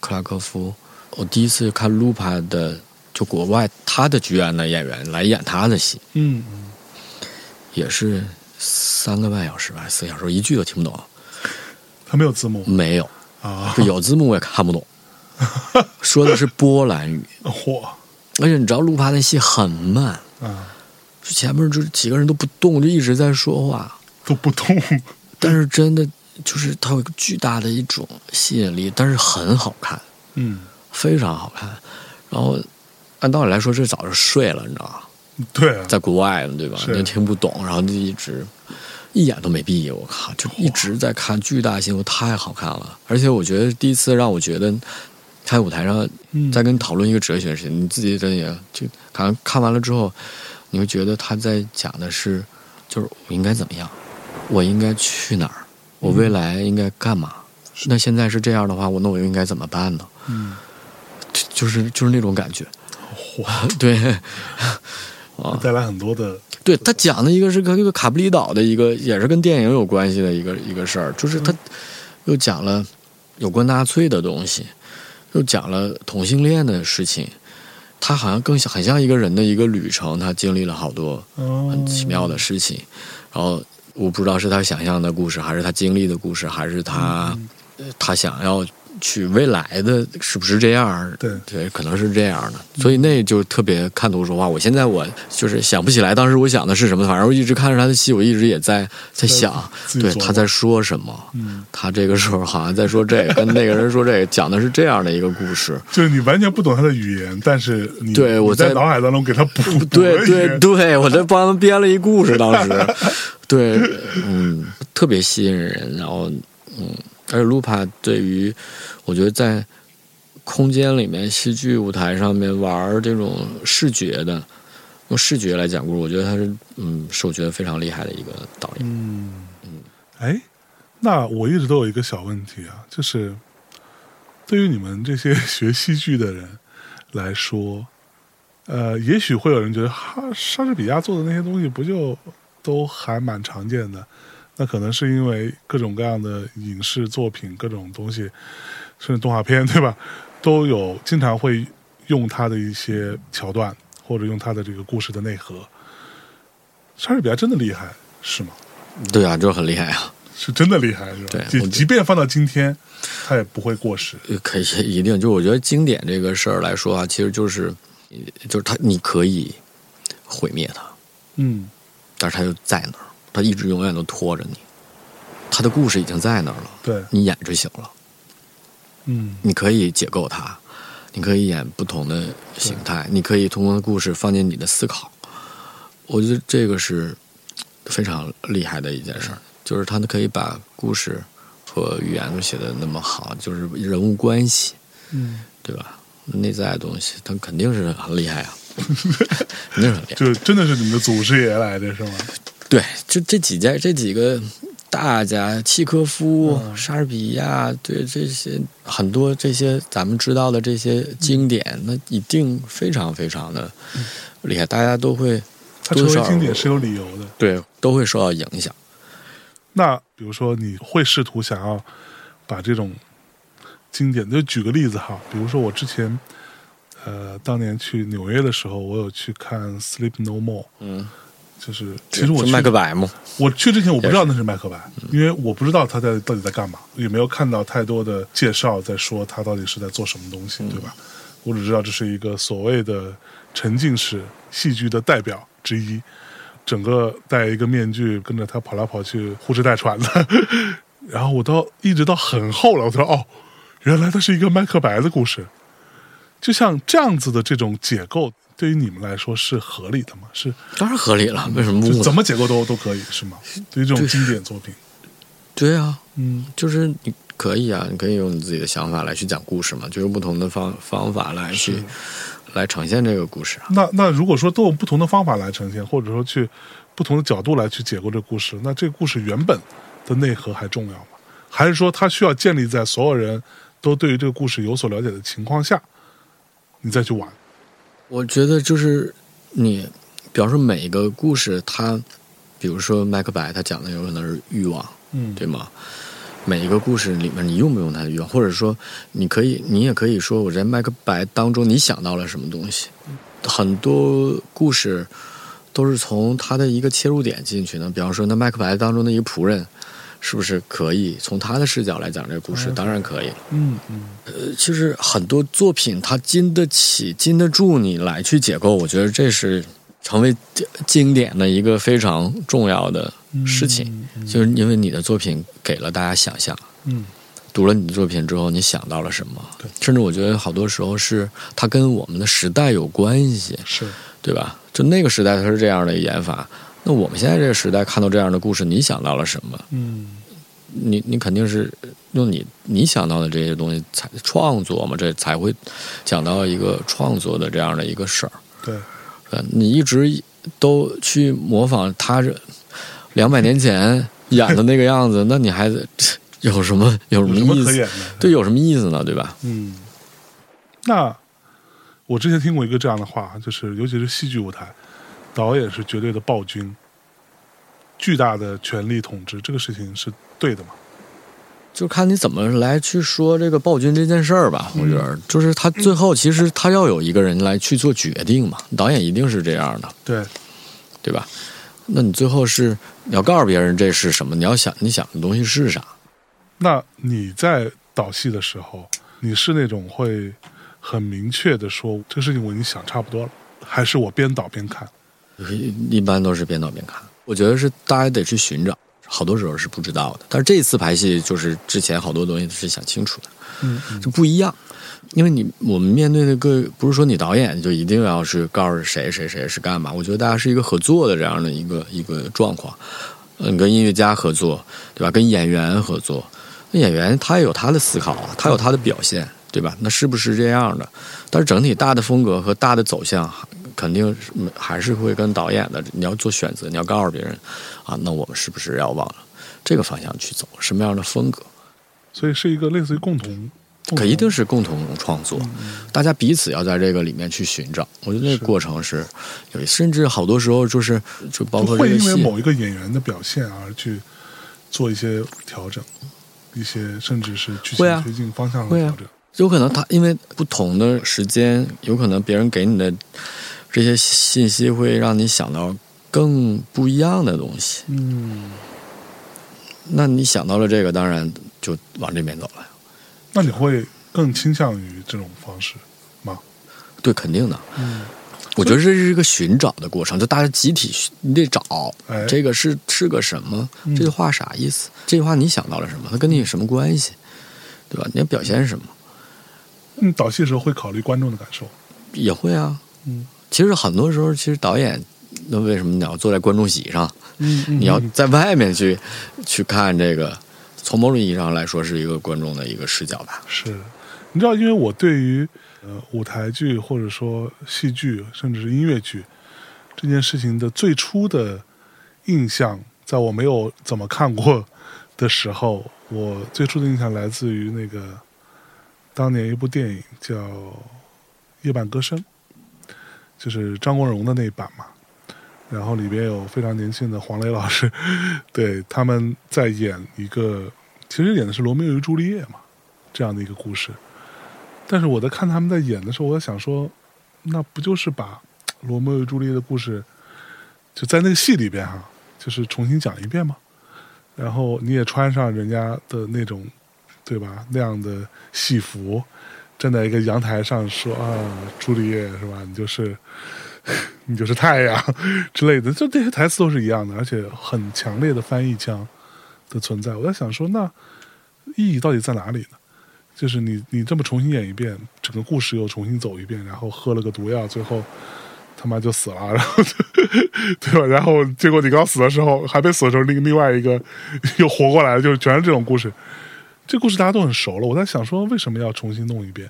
[SPEAKER 2] 克拉科夫，我第一次看 Lupa 的，就国外他的剧院的演员来演他的戏，
[SPEAKER 1] 嗯嗯，
[SPEAKER 2] 也是三个半小时吧，四个小时，我一句都听不懂，
[SPEAKER 1] 他没有字幕
[SPEAKER 2] 没有，
[SPEAKER 1] 啊，
[SPEAKER 2] 有字幕我也看不懂，说的是波兰语，
[SPEAKER 1] 嚯
[SPEAKER 2] 而且你知道 Lupa 那戏很慢，
[SPEAKER 1] 啊，
[SPEAKER 2] 就前面就几个人都不动，就一直在说话，
[SPEAKER 1] 都不动，
[SPEAKER 2] 但是真的就是它有一个巨大的一种吸引力，但是很好看。
[SPEAKER 1] 嗯，
[SPEAKER 2] 非常好看。然后按道理来说，这早就睡了，你知道吗？
[SPEAKER 1] 对啊，
[SPEAKER 2] 在国外嘛，对吧？
[SPEAKER 1] 是
[SPEAKER 2] 你也听不懂，然后就一直一眼都没闭，我靠，就一直在看巨大新闻，太好看了。而且我觉得第一次让我觉得。在舞台上，
[SPEAKER 1] 嗯
[SPEAKER 2] 再跟你讨论一个哲学的事情，你自己真也就看看完了之后，你会觉得他在讲的是，就是我应该怎么样，我应该去哪儿，我未来应该干嘛？那现在是这样的话，我那我又应该怎么办呢？
[SPEAKER 1] 嗯，
[SPEAKER 2] 就就是就是那种感觉，
[SPEAKER 1] 嚯，
[SPEAKER 2] (laughs) 对，
[SPEAKER 1] 带来很多的，
[SPEAKER 2] 对他讲的一个是跟一个卡布里岛的一个，也是跟电影有关系的一个一个事儿，就是他又讲了有关纳粹的东西，又讲了同性恋的事情，他好像更像很像一个人的一个旅程，他经历了好多
[SPEAKER 1] 很
[SPEAKER 2] 很奇
[SPEAKER 1] 哦
[SPEAKER 2] 妙的事情，然后我不知道是他想象的故事，还是他经历的故事，还是他、
[SPEAKER 1] 嗯
[SPEAKER 2] 呃他想要去未来的是不是这样？
[SPEAKER 1] 对
[SPEAKER 2] 对，可能是这样的，所以那就特别看图说话。我现在我就是想不起来当时我想的是什么，反正我一直看着他的戏，我一直也在在想，
[SPEAKER 1] 自己
[SPEAKER 2] 对
[SPEAKER 1] 琢磨
[SPEAKER 2] 他在说什么。
[SPEAKER 1] 嗯，
[SPEAKER 2] 他这个时候好像在说这个，跟那个人说这个，讲的是这样的一个故事。
[SPEAKER 1] 就是你完全不懂他的语言，但是你
[SPEAKER 2] 对
[SPEAKER 1] 你
[SPEAKER 2] 我
[SPEAKER 1] 在
[SPEAKER 2] 在
[SPEAKER 1] 脑海当中给他补补
[SPEAKER 2] 对
[SPEAKER 1] 了一
[SPEAKER 2] 对
[SPEAKER 1] 遍
[SPEAKER 2] 对，我在帮他们编了一故事，当时，对，嗯，特别吸引人。然后，嗯，而且 Lupa 对于我觉得在空间里面、戏剧舞台上面玩这种视觉的，用视觉来讲故事，我觉得他是嗯，是我觉得非常厉害的一个导演。
[SPEAKER 1] 嗯，哎，那我一直都有一个小问题啊，就是对于你们这些 (laughs) 学戏剧的人来说，呃，也许会有人觉得哈莎士比亚做的那些东西不就都还蛮常见的，那可能是因为各种各样的影视作品、各种东西，甚至动画片，对吧？都有经常会用它的一些桥段，或者用它的这个故事的内核。莎士比亚真的厉害是吗？
[SPEAKER 2] 对啊，就是很厉害啊，
[SPEAKER 1] 是真的厉害，是吧？
[SPEAKER 2] 对我觉
[SPEAKER 1] 即
[SPEAKER 2] 得
[SPEAKER 1] 即便放到今天，它也不会过时。
[SPEAKER 2] 呃可以一定就是我觉得经典这个事儿来说啊，其实就是就是他你可以毁灭它。
[SPEAKER 1] 嗯
[SPEAKER 2] 但是他就在那儿，他一直永远都拖着你。他的故事已经在那儿了，
[SPEAKER 1] 对
[SPEAKER 2] 你演就行了。
[SPEAKER 1] 嗯
[SPEAKER 2] 你可以解构它，你可以演不同的形态，你可以通过故事放进你的思考。我觉得这个是非常厉害的一件事儿，就是他可以把故事和语言都写的那么好，就是人物关系，
[SPEAKER 1] 嗯，
[SPEAKER 2] 对吧？内在的东西，他肯定是很厉害啊。那种练。
[SPEAKER 1] 就真的是你们的祖师爷来的是啊吗？
[SPEAKER 2] 对，就这几家这几个大家，契科夫、
[SPEAKER 1] 嗯
[SPEAKER 2] 莎士比亚，对这些很多这些咱们知道的这些经
[SPEAKER 1] 嗯
[SPEAKER 2] 典，那一定非常非常的厉害，大家都会
[SPEAKER 1] 它成为
[SPEAKER 2] 多少
[SPEAKER 1] 经典是有理由的。
[SPEAKER 2] 对都会受到影响。
[SPEAKER 1] 那比如说，你会试图想要把这种经典，就举个例子哈，比如说我之前，呃，当年去纽约的时候，我有去看《Sleep No More》，
[SPEAKER 2] 嗯，
[SPEAKER 1] 就是其实我
[SPEAKER 2] 是麦克
[SPEAKER 1] 去
[SPEAKER 2] 白嘛，
[SPEAKER 1] 我去之前我不知道那是麦克白，因为我不知道他在到底在干嘛，也没有看到太多的介绍在说他到底是在做什么东西，对吧？我只知道这是一个所谓的沉浸式戏剧的代表之一，整个戴一个面具跟着他跑来跑去，呼哧带喘的。 (laughs) 然后我到一直到很后了，我才说哦，原来它是一个麦克白的故事。就像这样子的这种解构，对于你们来说是合理的吗？是
[SPEAKER 2] 当然合理了，为什么不
[SPEAKER 1] 就
[SPEAKER 2] 呢？
[SPEAKER 1] 怎么解构都都可以是吗？对于这种经典作品，
[SPEAKER 2] 对啊，
[SPEAKER 1] 嗯
[SPEAKER 2] 就是你可以啊，你可以用你自己的想法来去讲故事嘛，就用不同的方方法来去来呈现这个故事啊。
[SPEAKER 1] 那那如果说都有不同的方法来呈现，或者说去不同的角度来去解构这个故事，那这个故事原本的内核还重要吗？还是说它需要建立在所有人都对于这个故事有所了解的情况下，你再去玩？
[SPEAKER 2] 我觉得就是你，比方说每一个故事，它，比如说麦克白，他讲的有可能是欲望，
[SPEAKER 1] 嗯，
[SPEAKER 2] 对吗？每一个故事里面，你用不用他的欲望，或者说，你可以，你也可以说，我在麦克白当中，你想到了什么东西？很多故事都是从他的一个切入点进去的。比方说，那麦克白当中的一个仆人，是不是可以从他的视角来讲这个故事？当然可以。
[SPEAKER 1] 嗯嗯
[SPEAKER 2] 呃，其实很多作品它经得起、经得住你来去解构，我觉得这是成为经典的一个非常重要的
[SPEAKER 1] 嗯，
[SPEAKER 2] 事情。
[SPEAKER 1] 嗯，
[SPEAKER 2] 就是因为你的作品给了大家想象，
[SPEAKER 1] 嗯
[SPEAKER 2] 读了你的作品之后，你想到了什么
[SPEAKER 1] 对？
[SPEAKER 2] 甚至我觉得好多时候是它跟我们的时代有关系，
[SPEAKER 1] 是
[SPEAKER 2] 对吧？就那个时代它是这样的一个演法，那我们现在这个时代看到这样的故事，你想到了什么？
[SPEAKER 1] 嗯
[SPEAKER 2] 你你肯定是用你你想到的这些东西才创作嘛，这才会讲到一个创作的这样的一个事儿。
[SPEAKER 1] 对，
[SPEAKER 2] 呃，你一直都去模仿他这两百年前演的那个样子，那你还得有什么有什
[SPEAKER 1] 有什
[SPEAKER 2] 么
[SPEAKER 1] 么
[SPEAKER 2] 意
[SPEAKER 1] 可
[SPEAKER 2] 思？
[SPEAKER 1] 演的？
[SPEAKER 2] 对，有什么意思呢？对吧？
[SPEAKER 1] 嗯，那我之前听过一个这样的话，就是尤其是戏剧舞台，导演是绝对的暴君，巨大的权力统治，这个事情是对的嘛？
[SPEAKER 2] 就看你怎么来去说这个暴君这件事儿吧。我觉
[SPEAKER 1] 嗯
[SPEAKER 2] 得，就是他最后其实他要有一个人来去做决定嘛，导演一定是这样的，
[SPEAKER 1] 对，
[SPEAKER 2] 对吧？那你最后是你要告诉别人这是什么，你要想你想的东西是啥？
[SPEAKER 1] 那你在导戏的时候，你是那种会很明确的说这个事情我已经想差不多了，还是我边导边看？
[SPEAKER 2] 一一般都是边导边看。我觉得是大家得去寻找，好多时候是不知道的。但是这次排戏就是之前好多东西是想清楚的，
[SPEAKER 1] 嗯嗯
[SPEAKER 2] 就不一样。因为你我们面对的各不是说你导演就一定要是告诉谁谁谁是干嘛，我觉得大家是一个合作的这样的一个一个状况。嗯，跟音乐家合作，对吧？跟演员合作，那演员他也有他的思考啊，他有他的表现，对吧？那是不是这样的？但是整体大的风格和大的走向，肯定是嗯还是会跟导演的。你要做选择，你要告诉别人啊，那我们是不是要往这个方向去走？什么样的风格？
[SPEAKER 1] 所以是一个类似于共同，共
[SPEAKER 2] 可
[SPEAKER 1] 同
[SPEAKER 2] 一定是共同创作，
[SPEAKER 1] 嗯
[SPEAKER 2] 大家彼此要在这个里面去寻找。我觉得那
[SPEAKER 1] 是
[SPEAKER 2] 个过程是有，甚至好多时候就是就包
[SPEAKER 1] 不
[SPEAKER 2] 括这
[SPEAKER 1] 会
[SPEAKER 2] 个
[SPEAKER 1] 因为
[SPEAKER 2] 戏，
[SPEAKER 1] 某一个演员的表现而去做一些调整，一些甚至是剧情
[SPEAKER 2] 会啊
[SPEAKER 1] 推进方向的
[SPEAKER 2] 会啊
[SPEAKER 1] 调整。
[SPEAKER 2] 有可能他因为不同的时间，有可能别人给你的这些信息会让你想到更不一样的东西。
[SPEAKER 1] 嗯，
[SPEAKER 2] 那你想到了这个，当然就往这边走了。
[SPEAKER 1] 那你会更倾向于这种方式吗？
[SPEAKER 2] 对，肯定的。
[SPEAKER 1] 嗯，
[SPEAKER 2] 我觉得这是一个寻找的过程，就大家集体寻你得找
[SPEAKER 1] 哎
[SPEAKER 2] 这个是是个什么，
[SPEAKER 1] 嗯
[SPEAKER 2] 这句话啥意思？这句话你想到了什么？它跟你有什么关系？对吧？你要表现什么？
[SPEAKER 1] 你嗯导戏的时候会考虑观众的感受。
[SPEAKER 2] 也会啊。
[SPEAKER 1] 嗯
[SPEAKER 2] 其实很多时候，其实导演那为什么你要坐在观众席上？
[SPEAKER 1] 嗯，
[SPEAKER 2] 你要在外面去去看这个，从某种意义上来说是一个观众的一个视角吧。
[SPEAKER 1] 是你知道，因为我对于呃舞台剧或者说戏剧，甚至是音乐剧这件事情的最初的印象，在我没有怎么看过的时候，我最初的印象来自于那个当年一部电影叫《夜半歌声》，就是张国荣的那一版嘛。然后里边有非常年轻的黄磊老师， (laughs) 对他们在演一个，其实演的是《罗密欧与朱丽叶》嘛，这样的一个故事。但是我在看他们在演的时候，我在想说，那不就是把《罗密欧与朱丽叶》的故事就在那个戏里边哈、就是重新讲一遍吗？然后你也穿上人家的那种，对吧？那样的戏服，站在一个阳台上说啊，朱丽叶是吧？你就是。 (laughs) 你就是太阳 (laughs) 之类的，就这些台词都是一样的，而且很强烈的翻译腔的存在。我在想说，那意义到底在哪里呢？就是你你这么重新演一遍，整个故事又重新走一遍，然后喝了个毒药，最后他妈就死了，然后就 (laughs) 对吧？然后结果你刚死的时候，还没死的时候，另另外一个 (laughs) 又活过来了，就是全是这种故事。这故事大家都很熟了，我在想说，为什么要重新弄一遍？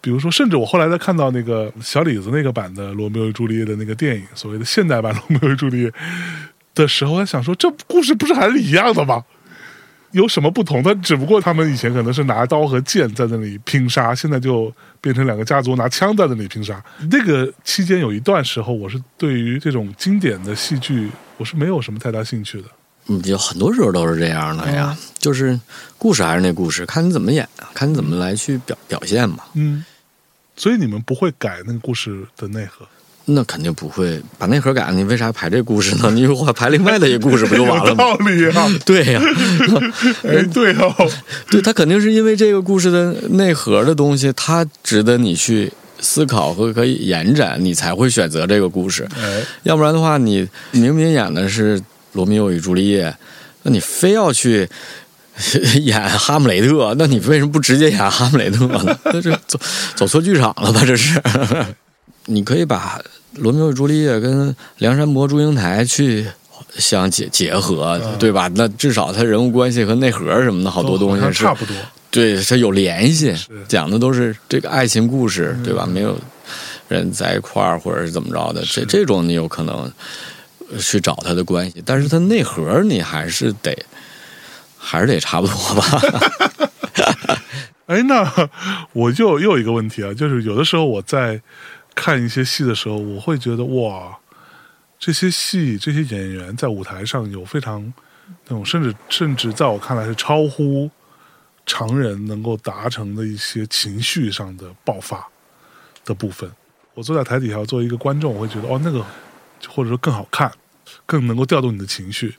[SPEAKER 1] 比如说，甚至我后来在看到那个小李子那个版的《罗密欧与朱丽叶》的那个电影，所谓的现代版《罗密欧与朱丽叶》的时候，我在想说，这故事不是还是一样的吗？有什么不同？但只不过他们以前可能是拿刀和剑在那里拼杀，现在就变成两个家族拿枪在那里拼杀。那个期间有一段时候，我是对于这种经典的戏剧，我是没有什么太大兴趣的。
[SPEAKER 2] 嗯，有很多时候都是这样的
[SPEAKER 1] 哦
[SPEAKER 2] 呀，就是故事还是那故事，看你怎么演，啊看你怎么来去表表现嘛。
[SPEAKER 1] 嗯，所以你们不会改那个故事的内核。
[SPEAKER 2] 那肯定不会把内核改了，你为啥排这故事呢？你如果排另外的一个故事不就完了
[SPEAKER 1] 有
[SPEAKER 2] 吗？
[SPEAKER 1] 道
[SPEAKER 2] (laughs)
[SPEAKER 1] 理啊！
[SPEAKER 2] 对呀、
[SPEAKER 1] (laughs) 哎，对
[SPEAKER 2] (laughs)
[SPEAKER 1] 哦，
[SPEAKER 2] 对他肯定是因为这个故事的内核的东西，它值得你去思考和可以延展，你才会选择这个故事。
[SPEAKER 1] 哎，
[SPEAKER 2] 要不然的话，你明明演的是《罗密欧与朱丽叶》，那你非要去 (laughs) 演哈姆雷特，那你为什么不直接演哈姆雷特呢？ (laughs) 那这走走错剧场了吧？这是， (laughs) 你可以把《罗密欧与朱丽叶》跟《梁山伯与祝英台》去。相结结合，对吧？那至少它人物关系和内核什么的，好多东
[SPEAKER 1] 好
[SPEAKER 2] 西
[SPEAKER 1] 像
[SPEAKER 2] 是
[SPEAKER 1] 差不多。
[SPEAKER 2] 对，它有联系，讲的都是嗯这个爱情故事，对吧？没有人在一块儿或者是怎么着的，这这种你有可能呃去找它的关系，但是它内核你还是得还是得差不多 (laughs) 吧。
[SPEAKER 1] 哎，那 (laughs) 我就又有一个问题啊，就是有的时候我在看一些戏的时候，我会觉得哇，这些戏这些演员在舞台上有非常那种，甚至甚至在我看来是超乎常人能够达成的一些情绪上的爆发的部分。我坐在台底下作为一个观众，我会觉得哦，那个或者说更好看，更能够调动你的情绪。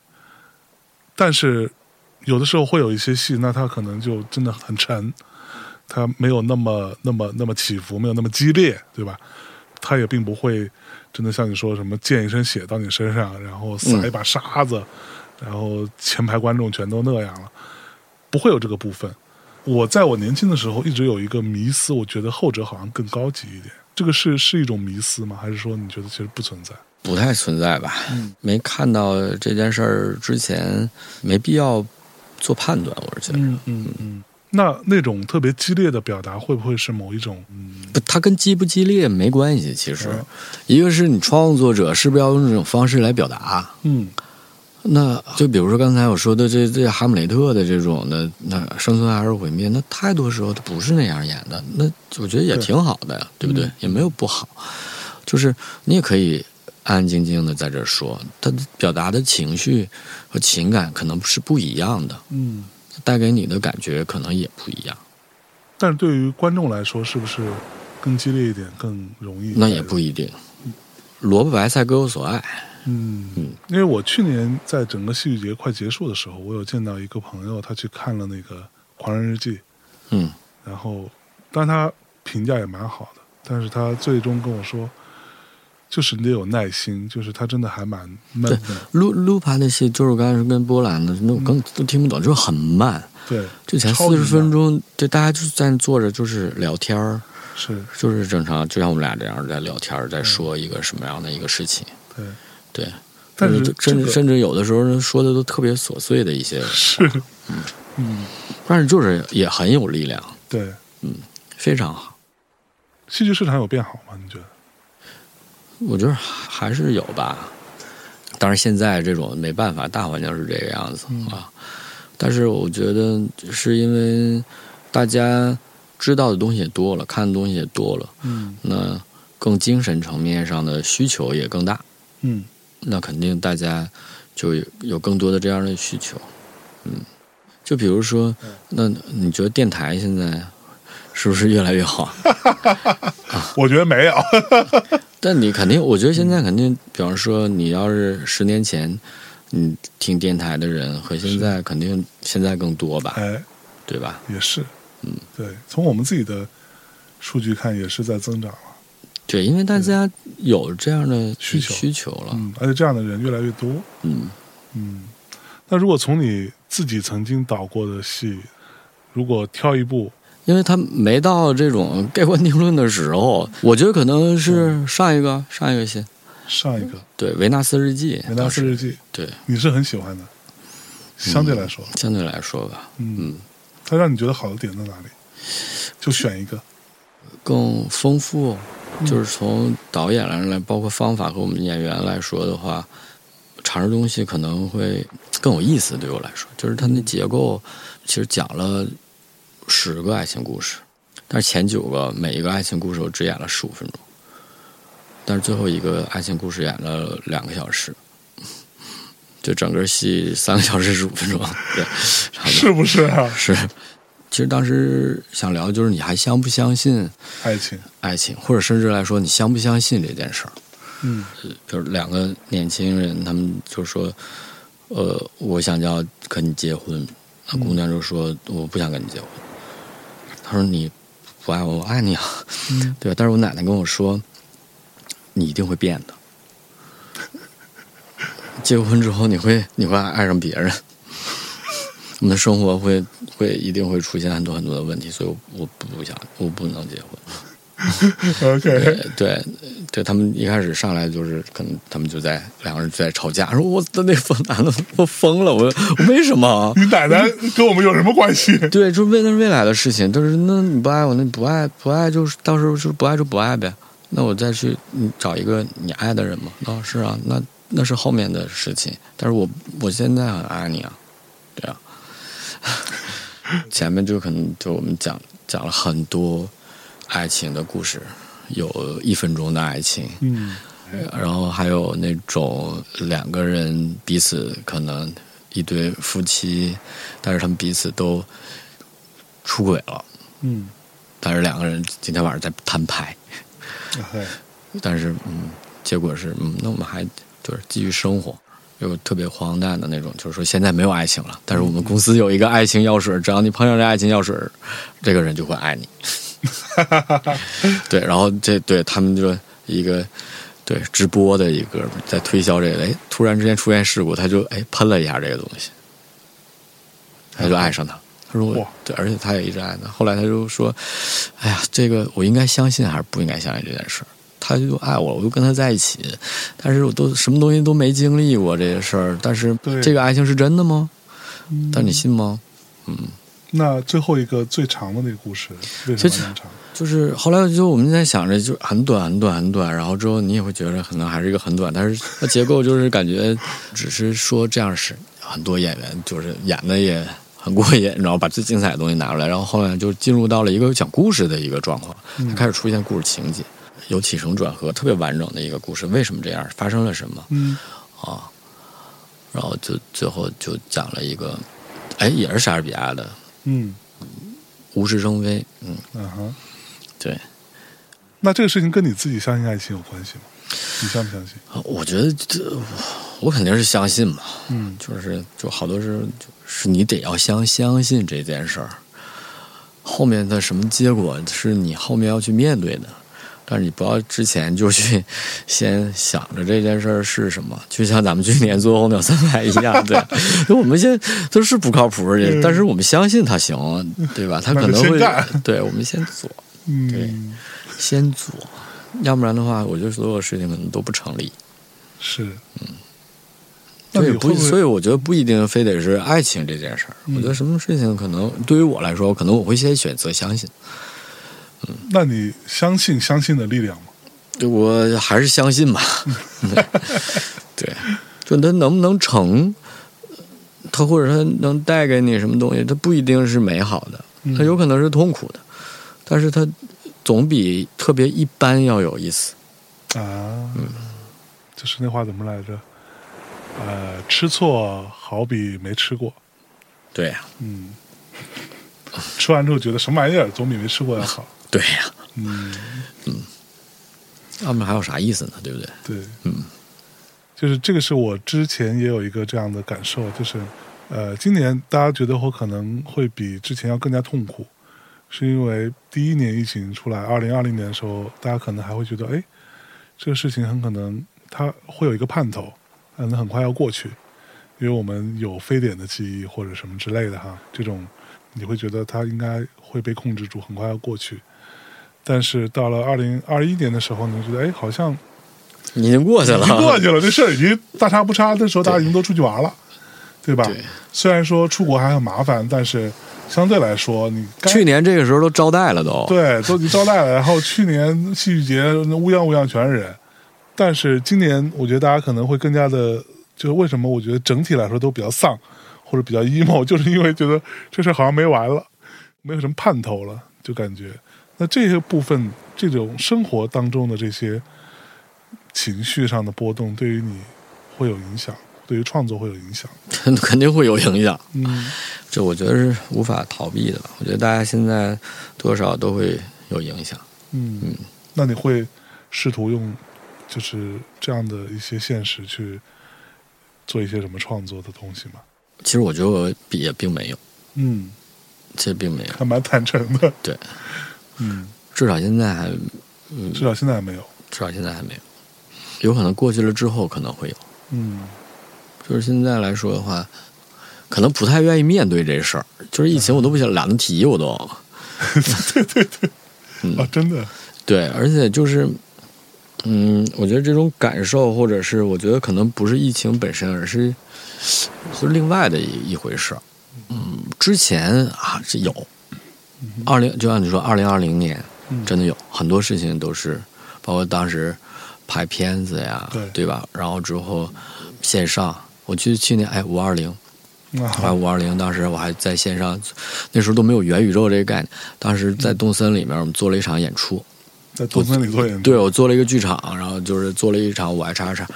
[SPEAKER 1] 但是有的时候会有一些戏，那它可能就真的很沉，它没有那么那么那么起伏，没有那么激烈，对吧？它也并不会真的像你说什么溅一身血到你身上，然后撒一把沙子，然后前排观众全都那样了，不会有这个部分。我在我年轻的时候一直有一个迷思，我觉得后者好像更高级一点。这个是是一种迷思吗？还是说你觉得其实不存在？
[SPEAKER 2] 不太存在吧？没看到这件事儿之前，没必要做判断，我是觉得。
[SPEAKER 1] 嗯嗯嗯。那那种特别激烈的表达，会不会是某一种？嗯，
[SPEAKER 2] 不，它跟激不激烈没关系。其实
[SPEAKER 1] 嗯，
[SPEAKER 2] 一个是你创作者是不是要用这种方式来表达，
[SPEAKER 1] 嗯
[SPEAKER 2] 那就比如说刚才我说的这这哈姆雷特的这种的，那生存还是毁灭，那太多时候他不是那样演的，那我觉得也
[SPEAKER 1] 对
[SPEAKER 2] 挺好的呀，对不对？
[SPEAKER 1] 嗯
[SPEAKER 2] 也没有不好，就是你也可以安安静静的在这儿说，他表达的情绪和情感可能是不一样的，
[SPEAKER 1] 嗯。
[SPEAKER 2] 带给你的感觉可能也不一样，
[SPEAKER 1] 但是对于观众来说，是不是更激烈一点，更容易？
[SPEAKER 2] 那也不一定。萝卜白菜各有所爱，
[SPEAKER 1] 嗯
[SPEAKER 2] 嗯，
[SPEAKER 1] 因为我去年在整个戏剧节快结束的时候，我有见到一个朋友，他去看了那个《狂人日记》，
[SPEAKER 2] 嗯
[SPEAKER 1] 然后，但他评价也蛮好的，但是他最终跟我说，就是你得有耐心，就是他真的还蛮闷
[SPEAKER 2] (laughs)
[SPEAKER 1] 的，
[SPEAKER 2] 卢卢帕那戏就是刚才跟波兰的，那我更都听不懂，就是很慢。
[SPEAKER 1] 对，
[SPEAKER 2] 就前
[SPEAKER 1] 超
[SPEAKER 2] 四
[SPEAKER 1] 级
[SPEAKER 2] 十
[SPEAKER 1] 慢
[SPEAKER 2] 分钟，对，大家就在那坐着，就是聊天儿，
[SPEAKER 1] 是
[SPEAKER 2] 就是正常，就像我们俩这样在聊天儿，在说一个什么样的一个事情，
[SPEAKER 1] 对，
[SPEAKER 2] 对。
[SPEAKER 1] 但是
[SPEAKER 2] 就
[SPEAKER 1] 这
[SPEAKER 2] 甚
[SPEAKER 1] 个
[SPEAKER 2] 至甚至有的时候说的都特别琐碎的一些，
[SPEAKER 1] 是，嗯，
[SPEAKER 2] 但是就是也很有力量。
[SPEAKER 1] 对，
[SPEAKER 2] 非常好。
[SPEAKER 1] 戏剧市场有变好吗？你觉得？
[SPEAKER 2] 我觉得还是有吧。当然，现在这种没办法，大环境是这个样子、啊。但是我觉得是因为大家知道的东西也多了，看的东西也多了，
[SPEAKER 1] 嗯
[SPEAKER 2] 那更精神层面上的需求也更大，
[SPEAKER 1] 嗯，
[SPEAKER 2] 那肯定大家就有有更多的这样的需求。嗯，就比如说，
[SPEAKER 1] 嗯
[SPEAKER 2] 那你觉得电台现在是不是越来越好？ (laughs)
[SPEAKER 1] 我觉得没有。
[SPEAKER 2] 但你肯定，我觉得现在肯定，比方说，你要是十年前，你听电台的人和现在肯定现在更多吧，
[SPEAKER 1] 哎，
[SPEAKER 2] 对吧？
[SPEAKER 1] 也是，嗯，对，从我们自己的数据看，也是在增长
[SPEAKER 2] 啊
[SPEAKER 1] 了。
[SPEAKER 2] 对，因为大家有这样的
[SPEAKER 1] 嗯需求
[SPEAKER 2] 需求了，
[SPEAKER 1] 嗯，而且这样的人越来越多。
[SPEAKER 2] 嗯，
[SPEAKER 1] 嗯，那如果从你自己曾经导过的戏，如果挑一部，
[SPEAKER 2] 因为他没到这种盖棺定论的时候，我觉得可能是上一个上一个先，
[SPEAKER 1] 上一个《
[SPEAKER 2] 对《维纳斯日记》
[SPEAKER 1] 维纳
[SPEAKER 2] 当
[SPEAKER 1] 斯
[SPEAKER 2] 时，
[SPEAKER 1] 日记》，
[SPEAKER 2] 对，
[SPEAKER 1] 你是很喜欢的，相对来说，
[SPEAKER 2] 相对来说吧，
[SPEAKER 1] 嗯
[SPEAKER 2] 嗯，
[SPEAKER 1] 它让你觉得好的点在哪里？就选一个，
[SPEAKER 2] 更丰富，
[SPEAKER 1] 嗯
[SPEAKER 2] 就是从导演来来，包括方法和我们演员来说的话，尝试东西可能会更有意思。对我来说，就是它那结构，其实讲了十个爱情故事，但是前九个每一个爱情故事我只演了十五分钟，但是最后一个爱情故事演了两个小时。就整个戏三个小时十五分钟，对，差不多
[SPEAKER 1] 是不是啊？
[SPEAKER 2] 是。其实当时想聊的就是你还相不相信
[SPEAKER 1] 爱情，
[SPEAKER 2] 爱情，或者甚至来说，你相不相信这件事儿？
[SPEAKER 1] 嗯
[SPEAKER 2] 比如两个年轻人，他们就说：“呃，我想要跟你结婚。”那姑娘就说：“我不想跟你结婚。”他说：“你不爱我，我爱你啊，
[SPEAKER 1] 嗯
[SPEAKER 2] 对吧？”但是我奶奶跟我说：“你一定会变的， (laughs) 结婚之后你会你会爱上别人， (laughs) 我们的生活会会一定会出现很多很多的问题，所以我我不想我不能结婚。”
[SPEAKER 1] (laughs) ，OK，
[SPEAKER 2] 对，对他们一开始上来就是，可能他们就在两个人就在吵架，说我的那疯男的我疯了，我我为什么啊？
[SPEAKER 1] 你奶奶跟我们有什么关
[SPEAKER 2] (laughs)
[SPEAKER 1] 系？
[SPEAKER 2] 对，就是为那是未来的事情，但是那你不爱我，那你不爱不爱就是到时候就是不爱就不爱呗。那我再去嗯找一个你爱的人嘛？哦，是啊，那那是后面的事情。但是我我现在很爱你啊，对啊。 (laughs) 前面就可能就我们讲讲了很多爱情的故事，有一分钟的爱情，
[SPEAKER 1] 嗯，
[SPEAKER 2] 然后还有那种两个人彼此可能一对夫妻，但是他们彼此都出轨了，
[SPEAKER 1] 嗯
[SPEAKER 2] 但是两个人今天晚上在摊牌，
[SPEAKER 1] ，OK，
[SPEAKER 2] 但是嗯，结果是嗯，那我们还就是继续生活，又特别荒诞的那种，就是说现在没有爱情了，但是我们公司有一个爱情药水，只要你碰上这爱情药水，这个人就会爱你。对，然后这对他们就一个对直播的一个在推销这个，哎，突然之间出现事故，他就哎喷了一下这个东西，他就爱上他了。他说
[SPEAKER 1] 哇
[SPEAKER 2] 我对，而且他也一直爱他。后来他就说：“哎呀，这个我应该相信还是不应该相信这件事儿？”他就爱我，我就跟他在一起，但是我都什么东西都没经历过这些事儿。但是
[SPEAKER 1] 对
[SPEAKER 2] 这个爱情是真的吗？但你信吗？
[SPEAKER 1] 那最后一个最长的那个故事为什
[SPEAKER 2] 最
[SPEAKER 1] 么那么长？
[SPEAKER 2] 就是后来就我们在想着，就很短很短很短，然后之后你也会觉得可能还是一个很短，但是它结构就是感觉只是说这样是很多演员就是演的也很过瘾，然后把最精彩的东西拿出来，然后后来就进入到了一个讲故事的一个状况，它开始出现故事情节，有起承转合，特别完整的一个故事。为什么这样？发生了什么？
[SPEAKER 1] 嗯
[SPEAKER 2] 啊，然后就最后就讲了一个，哎，也是莎士比亚的《
[SPEAKER 1] 嗯
[SPEAKER 2] 无事生非》，嗯，
[SPEAKER 1] 嗯哼。
[SPEAKER 2] 对。
[SPEAKER 1] 那这个事情跟你自己相信爱情有关系吗？你相不相信？
[SPEAKER 2] 啊我觉得这我我肯定是相信嘛，
[SPEAKER 1] 嗯
[SPEAKER 2] 就是就好多是就是你得要相相信这件事儿，后面的什么结果是你后面要去面对的，但是你不要之前就去先想着这件事儿是什么，就像咱们去年做候鸟三百一样，对， (laughs) 就我们现在都是不靠谱的人，但是我们相信他行，对吧？他
[SPEAKER 1] 嗯那
[SPEAKER 2] 可
[SPEAKER 1] 就
[SPEAKER 2] 能
[SPEAKER 1] 先
[SPEAKER 2] 会
[SPEAKER 1] 干
[SPEAKER 2] 对我们先做，对
[SPEAKER 1] 嗯，
[SPEAKER 2] 先做，要不然的话，我觉得所有事情可能都不成立。
[SPEAKER 1] 是。那
[SPEAKER 2] 嗯所以
[SPEAKER 1] 你
[SPEAKER 2] 不
[SPEAKER 1] 会，不嗯
[SPEAKER 2] 所
[SPEAKER 1] 会
[SPEAKER 2] 以我觉得不一定非得是爱情这件事儿。我觉得什么事情可能对于我来说，可能我会先选择相信，
[SPEAKER 1] 那你相信相信的力量吗？
[SPEAKER 2] 我还是相
[SPEAKER 1] (laughs)
[SPEAKER 2] 信吧。对，就它能不能成，它或者它能带给你什么东西，它不一定是美好的，
[SPEAKER 1] 嗯
[SPEAKER 2] 它有可能是痛苦的，但是它总比特别一般要有意思。
[SPEAKER 1] 啊，
[SPEAKER 2] 嗯
[SPEAKER 1] 就是那话怎么来着？呃，吃错好比没吃过，
[SPEAKER 2] 对呀、
[SPEAKER 1] 嗯，吃完之后觉得什么玩意儿，总比没吃过要好。
[SPEAKER 2] 对呀、
[SPEAKER 1] 嗯，
[SPEAKER 2] 要不然还有啥意思呢？对不对？
[SPEAKER 1] 对，嗯，就是这个是我之前也有一个这样的感受，就是呃，今年大家觉得我可能会比之前要更加痛苦，是因为第一年疫情出来，二零二零年的时候，大家可能还会觉得，哎，这个事情很可能它会有一个盼头，可能很快要过去，因为我们有非典的记忆或者什么之类的哈，这种你会觉得它应该会被控制住，很快要过去。但是到了二零二一年的时候，你会觉得，哎，好像
[SPEAKER 2] 你已经过去了，
[SPEAKER 1] 已经过去了，这事儿已经大差不差。那时候大家已经都出去玩了，对吧？
[SPEAKER 2] 对
[SPEAKER 1] 虽然说出国还很麻烦，但是相对来说，你该
[SPEAKER 2] 去年这个时候都招待了都，
[SPEAKER 1] 对都已经招待了。然后去年戏剧节那乌泱乌泱全是人，但是今年我觉得大家可能会更加的，就是为什么我觉得整体来说都比较丧或者比较 emo，就是因为觉得这事儿好像没完了， (laughs) 没有什么盼头了，就感觉那这些部分这种生活当中的这些情绪上的波动，对于你会有影响，对于创作会有影响。
[SPEAKER 2] (laughs) 肯定会有影响。
[SPEAKER 1] 嗯
[SPEAKER 2] 这我觉得是无法逃避的吧。我觉得大家现在多少都会有影响。
[SPEAKER 1] 嗯，那你会试图用就是这样的一些现实去做一些什么创作的东西吗？
[SPEAKER 2] 其实我觉得我比也并没有，
[SPEAKER 1] 嗯，
[SPEAKER 2] 其实并没有，
[SPEAKER 1] 还蛮坦诚的。
[SPEAKER 2] 对，
[SPEAKER 1] 嗯，
[SPEAKER 2] 至少现在还，嗯，
[SPEAKER 1] 至少现在还没有。
[SPEAKER 2] 至少现在还没有。有可能过去了之后可能会有，
[SPEAKER 1] (laughs) 嗯
[SPEAKER 2] 就是现在来说的话，可能不太愿意面对这事儿。就是疫情，我都不想懒得提，我都嗯
[SPEAKER 1] 啊，真的，
[SPEAKER 2] 对，而且就是。嗯，我觉得这种感受，或者是我觉得可能不是疫情本身，而是是另外的一一回事儿。嗯，之前啊是有，二零就像你说，二零二零年
[SPEAKER 1] 嗯
[SPEAKER 2] 真的有很多事情都是，包括当时拍片子呀，
[SPEAKER 1] 对
[SPEAKER 2] 吧？然后之后线上，我记得去年哎五二零，
[SPEAKER 1] 啊
[SPEAKER 2] 啊，五二零，当时我还在线上，那时候都没有元宇宙这个概念。当时
[SPEAKER 1] 嗯
[SPEAKER 2] 在东森里面，我们做了一场演出，
[SPEAKER 1] 在东森里做演出
[SPEAKER 2] 对我做了一个剧场，然后就是做了一场我爱叉叉，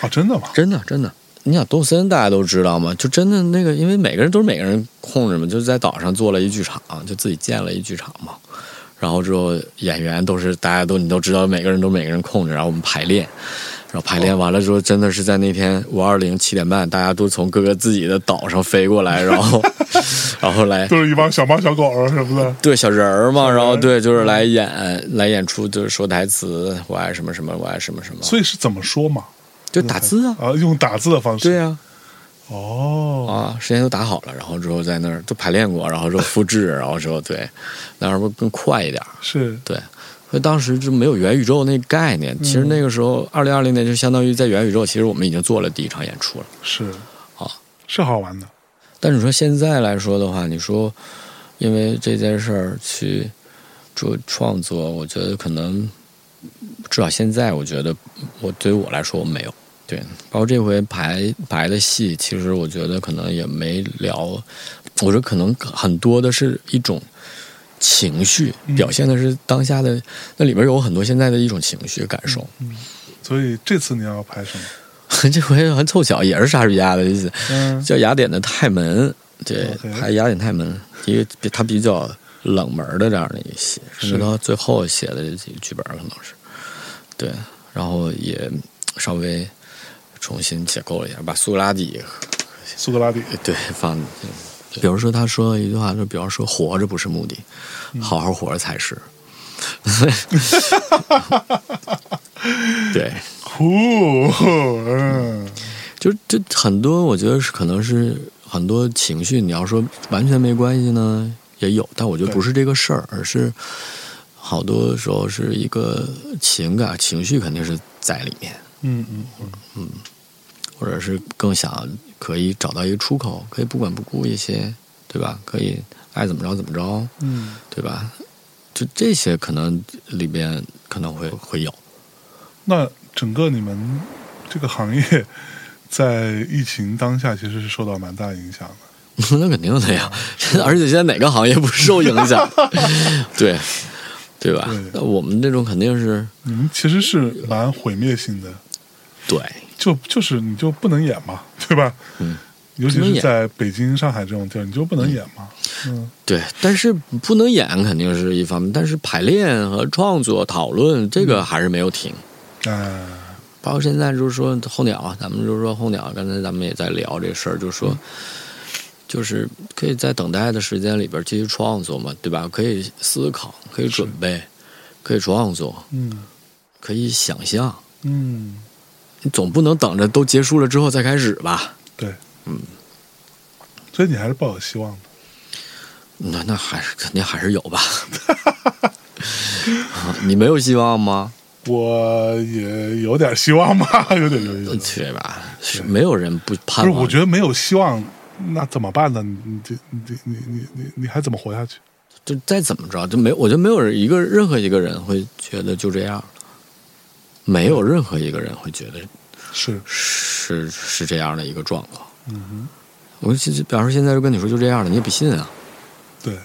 [SPEAKER 1] 啊，真的吗？
[SPEAKER 2] 真的真的。你想东森大家都知道嘛，就真的那个，因为每个人都是每个人控制嘛，就是在岛上做了一剧场，就自己建了一剧场嘛。然后之后演员都是大家都你都知道，每个人都每个人控制，然后我们排练，然后排练完了之后，真的是在那天五二零七点半，大家都从各个自己的岛上飞过来，然后 (laughs) 然后来
[SPEAKER 1] 都是一帮小猫小狗儿什么的。
[SPEAKER 2] 对小人儿嘛，然后
[SPEAKER 1] 人儿
[SPEAKER 2] 对就是来演、来演出，就是说台词，我爱什么什么，我爱什么什么，
[SPEAKER 1] 所以是怎么说嘛？
[SPEAKER 2] 就打字啊，
[SPEAKER 1] 啊，用打字的方式。
[SPEAKER 2] 对啊呀、
[SPEAKER 1] 哦，
[SPEAKER 2] 啊，时间都打好了，然后之后在那儿都排练过，然后之后复 (laughs) 制，然后之后对，那样不更快一点儿？
[SPEAKER 1] 是
[SPEAKER 2] 对，所以当时就没有元宇宙那概念。其实那个时候，二零二零年就相当于在元宇宙，其实我们已经做了第一场演出了。
[SPEAKER 1] 是
[SPEAKER 2] 啊，
[SPEAKER 1] 是好玩的。
[SPEAKER 2] 但你说现在来说的话，你说因为这件事儿去做创作，我觉得可能至少现在，我觉得我对于我来说我没有。对，包括这回排排的戏，其实我觉得可能也没聊，我觉得可能很多的是一种情绪，表现的是当下的，那里面有很多现在的一种情绪感受。
[SPEAKER 1] 所以这次你要拍什么？
[SPEAKER 2] (laughs) 这回很凑巧，也是莎士比亚的意思，
[SPEAKER 1] 嗯，
[SPEAKER 2] 叫雅典的泰门，哦对
[SPEAKER 1] OK，
[SPEAKER 2] 还雅典泰门，一个比它比较冷门的这样的一个戏，甚至
[SPEAKER 1] 是
[SPEAKER 2] 到最后写的这几个剧本可能是，对，然后也稍微重新解构了一下，把苏格拉底
[SPEAKER 1] 苏格拉底。
[SPEAKER 2] 对放，比如说他说了一句话，就比方说活着不是目的，好好活着才是， (laughs) 对。
[SPEAKER 1] 酷，嗯，
[SPEAKER 2] 就这很多，我觉得是可能是很多情绪，你要说完全没关系呢，也有，但我觉得
[SPEAKER 1] 对
[SPEAKER 2] 不是这个事儿，而是好多时候是一个情感情绪肯定是在里面，
[SPEAKER 1] 嗯嗯嗯，
[SPEAKER 2] 或者是更想可以找到一个出口，可以不管不顾一些，对吧？可以爱怎么着怎么着，
[SPEAKER 1] 嗯，
[SPEAKER 2] 对吧？就这些可能里边可能会会有。
[SPEAKER 1] 那整个你们这个行业在疫情当下其实是受到蛮大影响的。
[SPEAKER 2] (laughs) 那肯定的呀， (laughs) 而且现在哪个行业不受影响？对，对吧
[SPEAKER 1] 对？
[SPEAKER 2] 那我们这种肯定是
[SPEAKER 1] 你们其实是蛮毁灭性的，
[SPEAKER 2] 对，
[SPEAKER 1] 就就是你就不能演嘛，对吧？
[SPEAKER 2] 嗯，
[SPEAKER 1] 尤其
[SPEAKER 2] 不能
[SPEAKER 1] 是
[SPEAKER 2] 演
[SPEAKER 1] 在北京、上海这种地儿，你就不能演嘛。嗯，
[SPEAKER 2] 对，但是不能演肯定是一方面，但是排练和创作、讨论这个还是没有停。
[SPEAKER 1] 哎，
[SPEAKER 2] 包括现在就是说候鸟啊，咱们就是说候鸟，刚才咱们也在聊这事儿，就是说，就是可以在等待的时间里边继续创作嘛，对吧？可以思考，可以准备，可以创作，
[SPEAKER 1] 嗯
[SPEAKER 2] 可以想象，
[SPEAKER 1] 嗯，
[SPEAKER 2] 你总不能等着都结束了之后再开始吧？
[SPEAKER 1] 对，嗯，所以你还是抱有希望的。
[SPEAKER 2] 那那还是肯定还是有吧。 (laughs) 啊你没有希望吗？
[SPEAKER 1] 我也有点希望吧， (laughs) 有点有点。有点
[SPEAKER 2] 对吧？是没有人不
[SPEAKER 1] 不
[SPEAKER 2] 盼
[SPEAKER 1] 是，
[SPEAKER 2] 望。
[SPEAKER 1] 我觉得没有希望，那怎么办呢？你你这你这你你你你还怎么活下去？
[SPEAKER 2] 就再怎么着，就没，我觉得没有人一个任何一个人会觉得就这样了，没有任何一个人会觉得
[SPEAKER 1] 是，
[SPEAKER 2] 是是这样的一个状况。
[SPEAKER 1] 嗯
[SPEAKER 2] 我就表示现在就跟你说就这样了，你也不信啊，
[SPEAKER 1] 哼，对，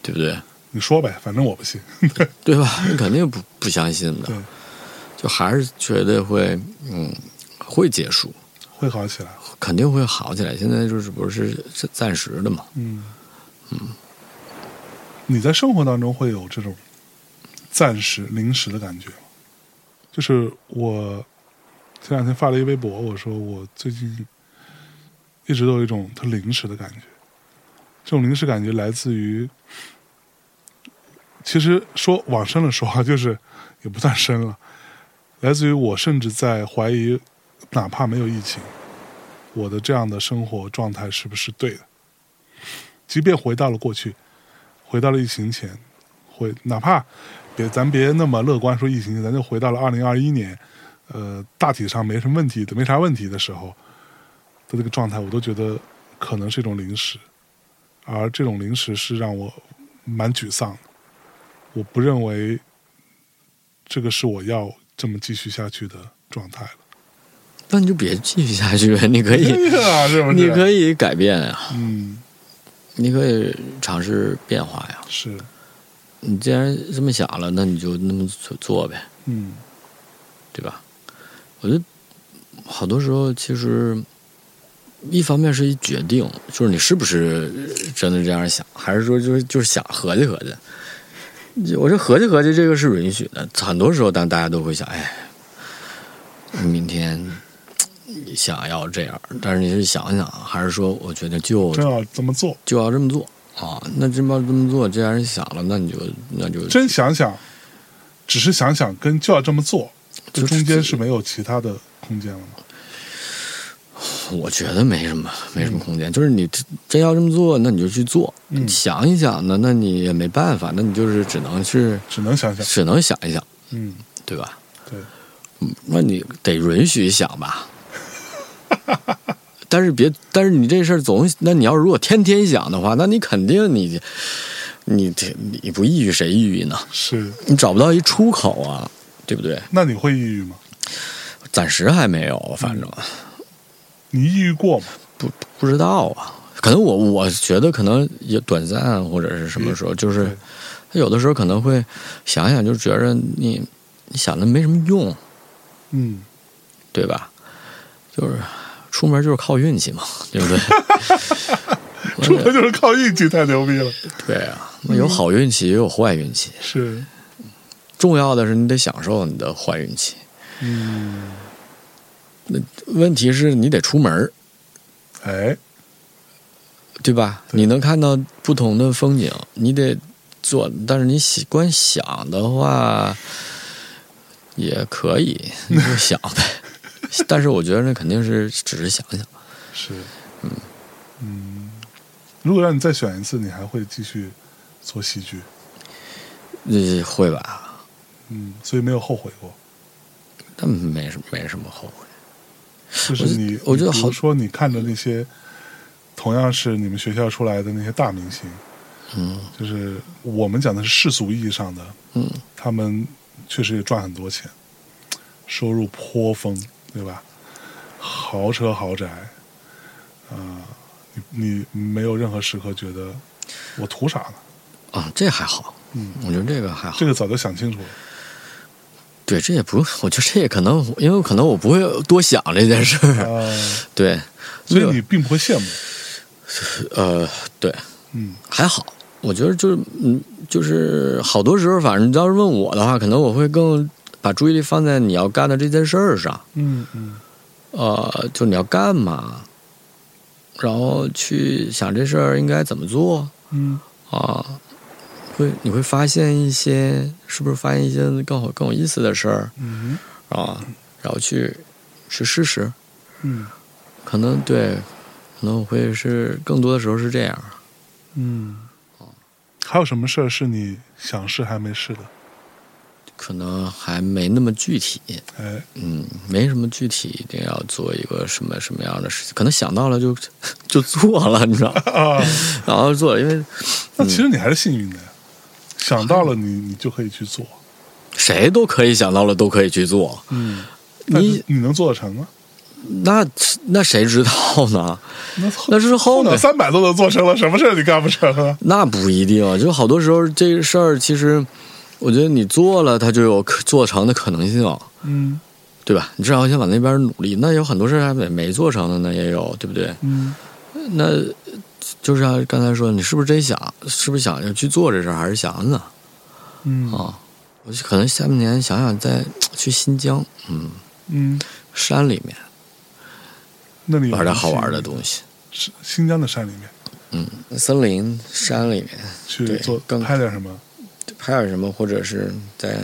[SPEAKER 2] 对不对？
[SPEAKER 1] 你说呗，反正我不信。 (laughs)
[SPEAKER 2] 对吧？你肯定不不相信的
[SPEAKER 1] 对，
[SPEAKER 2] 就还是觉得会，嗯，会结束，
[SPEAKER 1] 会好起来。
[SPEAKER 2] 肯定会好起来。现在就是不是是暂时的嘛？
[SPEAKER 1] 嗯你在生活当中会有这种暂时临时的感觉吗？就是我前两天发了一微博，我说我最近一直都有一种特临时的感觉，这种临时感觉来自于，其实说往深了说啊，就是也不算深了，来自于我甚至在怀疑，哪怕没有疫情，我的这样的生活状态是不是对的。即便回到了过去，回到了疫情前，回哪怕别咱别那么乐观说疫情前，咱就回到了二零二一年，呃，大体上没什么问题的，没啥问题的时候的这个状态，我都觉得可能是一种临时，而这种临时是让我蛮沮丧的。我不认为这个是我要这么继续下去的状态了。
[SPEAKER 2] 那你就别继续下去呗， (laughs) 你可以，
[SPEAKER 1] 哎呀，是不
[SPEAKER 2] 哎你可
[SPEAKER 1] 以，
[SPEAKER 2] 以改变呀、
[SPEAKER 1] 嗯，
[SPEAKER 2] 你可以尝试变化呀。
[SPEAKER 1] 是，
[SPEAKER 2] 你既然这么想了，那你就那么做做呗，
[SPEAKER 1] 嗯
[SPEAKER 2] 对吧？我觉得好多时候其实一方面是一决定，就是你是不是真的这样想，还是说就是就是想合计合计。我这合计合计，这个是允许的。很多时候，但大家都会想，哎，明天嘖想要这样，但是你是想想，还是说我觉得就
[SPEAKER 1] 真要这么做，
[SPEAKER 2] 就要这么做啊？那真要这么做，既然想了，那你就那就
[SPEAKER 1] 真想想，只是想想跟就要这么做，这
[SPEAKER 2] 就
[SPEAKER 1] 中间是没有其他的空间了吗？
[SPEAKER 2] 我觉得没什么，没什么空间。就是你真真要这么做，那你就去做。
[SPEAKER 1] 嗯
[SPEAKER 2] 想一想呢，那你也没办法，那你就是只能是
[SPEAKER 1] 只能想想。
[SPEAKER 2] 只能想一想，
[SPEAKER 1] 嗯，
[SPEAKER 2] 对吧？
[SPEAKER 1] 对，
[SPEAKER 2] 那你得允许想
[SPEAKER 1] (laughs)
[SPEAKER 2] 吧。但是别，但是你这事儿总，那你要如果天天想的话，那你肯定你你你不抑郁谁抑郁呢？
[SPEAKER 1] 是。
[SPEAKER 2] 你找不到一出口啊，对不对？
[SPEAKER 1] 那你会抑郁吗？
[SPEAKER 2] 暂时还没有，反正。
[SPEAKER 1] 你抑郁过吗？
[SPEAKER 2] 不不知道啊，可能我我觉得可能也短暂或者是什么时候，就
[SPEAKER 1] 嗯
[SPEAKER 2] 是
[SPEAKER 1] 对
[SPEAKER 2] 他有的时候可能会想想，就觉着你你想的没什么用，
[SPEAKER 1] 嗯，
[SPEAKER 2] 对吧？就是出门就是靠运气嘛， (laughs) 对
[SPEAKER 1] (laughs)
[SPEAKER 2] 不对？
[SPEAKER 1] 出门就是靠运气，太牛逼
[SPEAKER 2] (laughs)
[SPEAKER 1] 了。
[SPEAKER 2] 对啊，那有好运气也有坏运气，
[SPEAKER 1] 是，
[SPEAKER 2] 重要的是你得享受你的坏运气。
[SPEAKER 1] 嗯，
[SPEAKER 2] 问题是你得出门儿，
[SPEAKER 1] 哎，
[SPEAKER 2] 对吧？你能看到不同的风景，你得做，但是你喜观想的话也可以，你就想呗。
[SPEAKER 1] (laughs)
[SPEAKER 2] 但是我觉得那肯定是只是想想，
[SPEAKER 1] 是，嗯如果让你再选一次，你还会继续做戏剧？
[SPEAKER 2] 呃，会吧？
[SPEAKER 1] 嗯，所以没有后悔过。
[SPEAKER 2] 但没什么没什么后悔。
[SPEAKER 1] 就是你，
[SPEAKER 2] 我觉得
[SPEAKER 1] 你比
[SPEAKER 2] 好
[SPEAKER 1] 如说你看着那些同样是你们学校出来的那些大明星，
[SPEAKER 2] 嗯
[SPEAKER 1] 就是我们讲的是世俗意义上的，
[SPEAKER 2] 嗯，
[SPEAKER 1] 他们确实也赚很多钱，收入颇丰，对吧？豪车豪宅，啊、你你没有任何时刻觉得我图啥呢？
[SPEAKER 2] 啊，这还好，
[SPEAKER 1] 嗯，
[SPEAKER 2] 我觉得这个还好。
[SPEAKER 1] 这个早就想清楚 (laughs) 了。
[SPEAKER 2] 对，这也不用，我觉得这也可能，因为可能我不会多想这件事儿。
[SPEAKER 1] 啊，
[SPEAKER 2] 对，
[SPEAKER 1] 所以
[SPEAKER 2] 这个
[SPEAKER 1] 你并不会羡慕，
[SPEAKER 2] 呃，对，
[SPEAKER 1] 嗯
[SPEAKER 2] 还好。我觉得就是，嗯，就是好多时候，反正你要是问我的话，可能我会更把注意力放在你要干的这件事儿上，
[SPEAKER 1] 嗯嗯
[SPEAKER 2] 呃，就你要干嘛，然后去想这事儿应该怎么做
[SPEAKER 1] 嗯
[SPEAKER 2] 啊，会你会发现一些是不是发现一些更好更有意思的事儿
[SPEAKER 1] 嗯
[SPEAKER 2] 啊，然后去去试试，
[SPEAKER 1] 嗯
[SPEAKER 2] 可能对，可能我会是更多的时候是这样。
[SPEAKER 1] 嗯。还有什么事儿是你想试还没试的？
[SPEAKER 2] 可能还没那么具体，
[SPEAKER 1] 哎，
[SPEAKER 2] 嗯，没什么具体，一定要做一个什么什么样的事情，可能想到了就 (laughs) 就做了，你知道吗，
[SPEAKER 1] 啊，
[SPEAKER 2] 然后做了，因为
[SPEAKER 1] 那其实你还是幸运的呀，想到了你，你就可以去做。
[SPEAKER 2] 谁都可以想到了都可以去做，
[SPEAKER 1] 嗯，但
[SPEAKER 2] 你
[SPEAKER 1] 是你能做得成吗？
[SPEAKER 2] 那那谁知道呢？
[SPEAKER 1] 那
[SPEAKER 2] 那之后呢
[SPEAKER 1] 脑？三百都能做成了，什么事儿你干不成啊？
[SPEAKER 2] 那不一定，就好多时候这个事儿，其实我觉得你做了，它就有可做成的可能性。
[SPEAKER 1] 嗯
[SPEAKER 2] 对吧？你至少先往那边努力。那有很多事儿还没没做成的呢，也有，对不对？
[SPEAKER 1] 嗯
[SPEAKER 2] 那就是像刚才说，你是不是真想，是不是想要去做这事儿，还是想呢？
[SPEAKER 1] 嗯
[SPEAKER 2] 啊，我就可能下半年想想再去新疆，嗯，
[SPEAKER 1] 嗯，
[SPEAKER 2] 山里面
[SPEAKER 1] 那里有
[SPEAKER 2] 玩点好玩的
[SPEAKER 1] 新
[SPEAKER 2] 东西，
[SPEAKER 1] 是新疆的山里面
[SPEAKER 2] 嗯，森林、山里面
[SPEAKER 1] 去
[SPEAKER 2] 对
[SPEAKER 1] 做
[SPEAKER 2] 更
[SPEAKER 1] 拍点什么？
[SPEAKER 2] 拍点什么，或者是在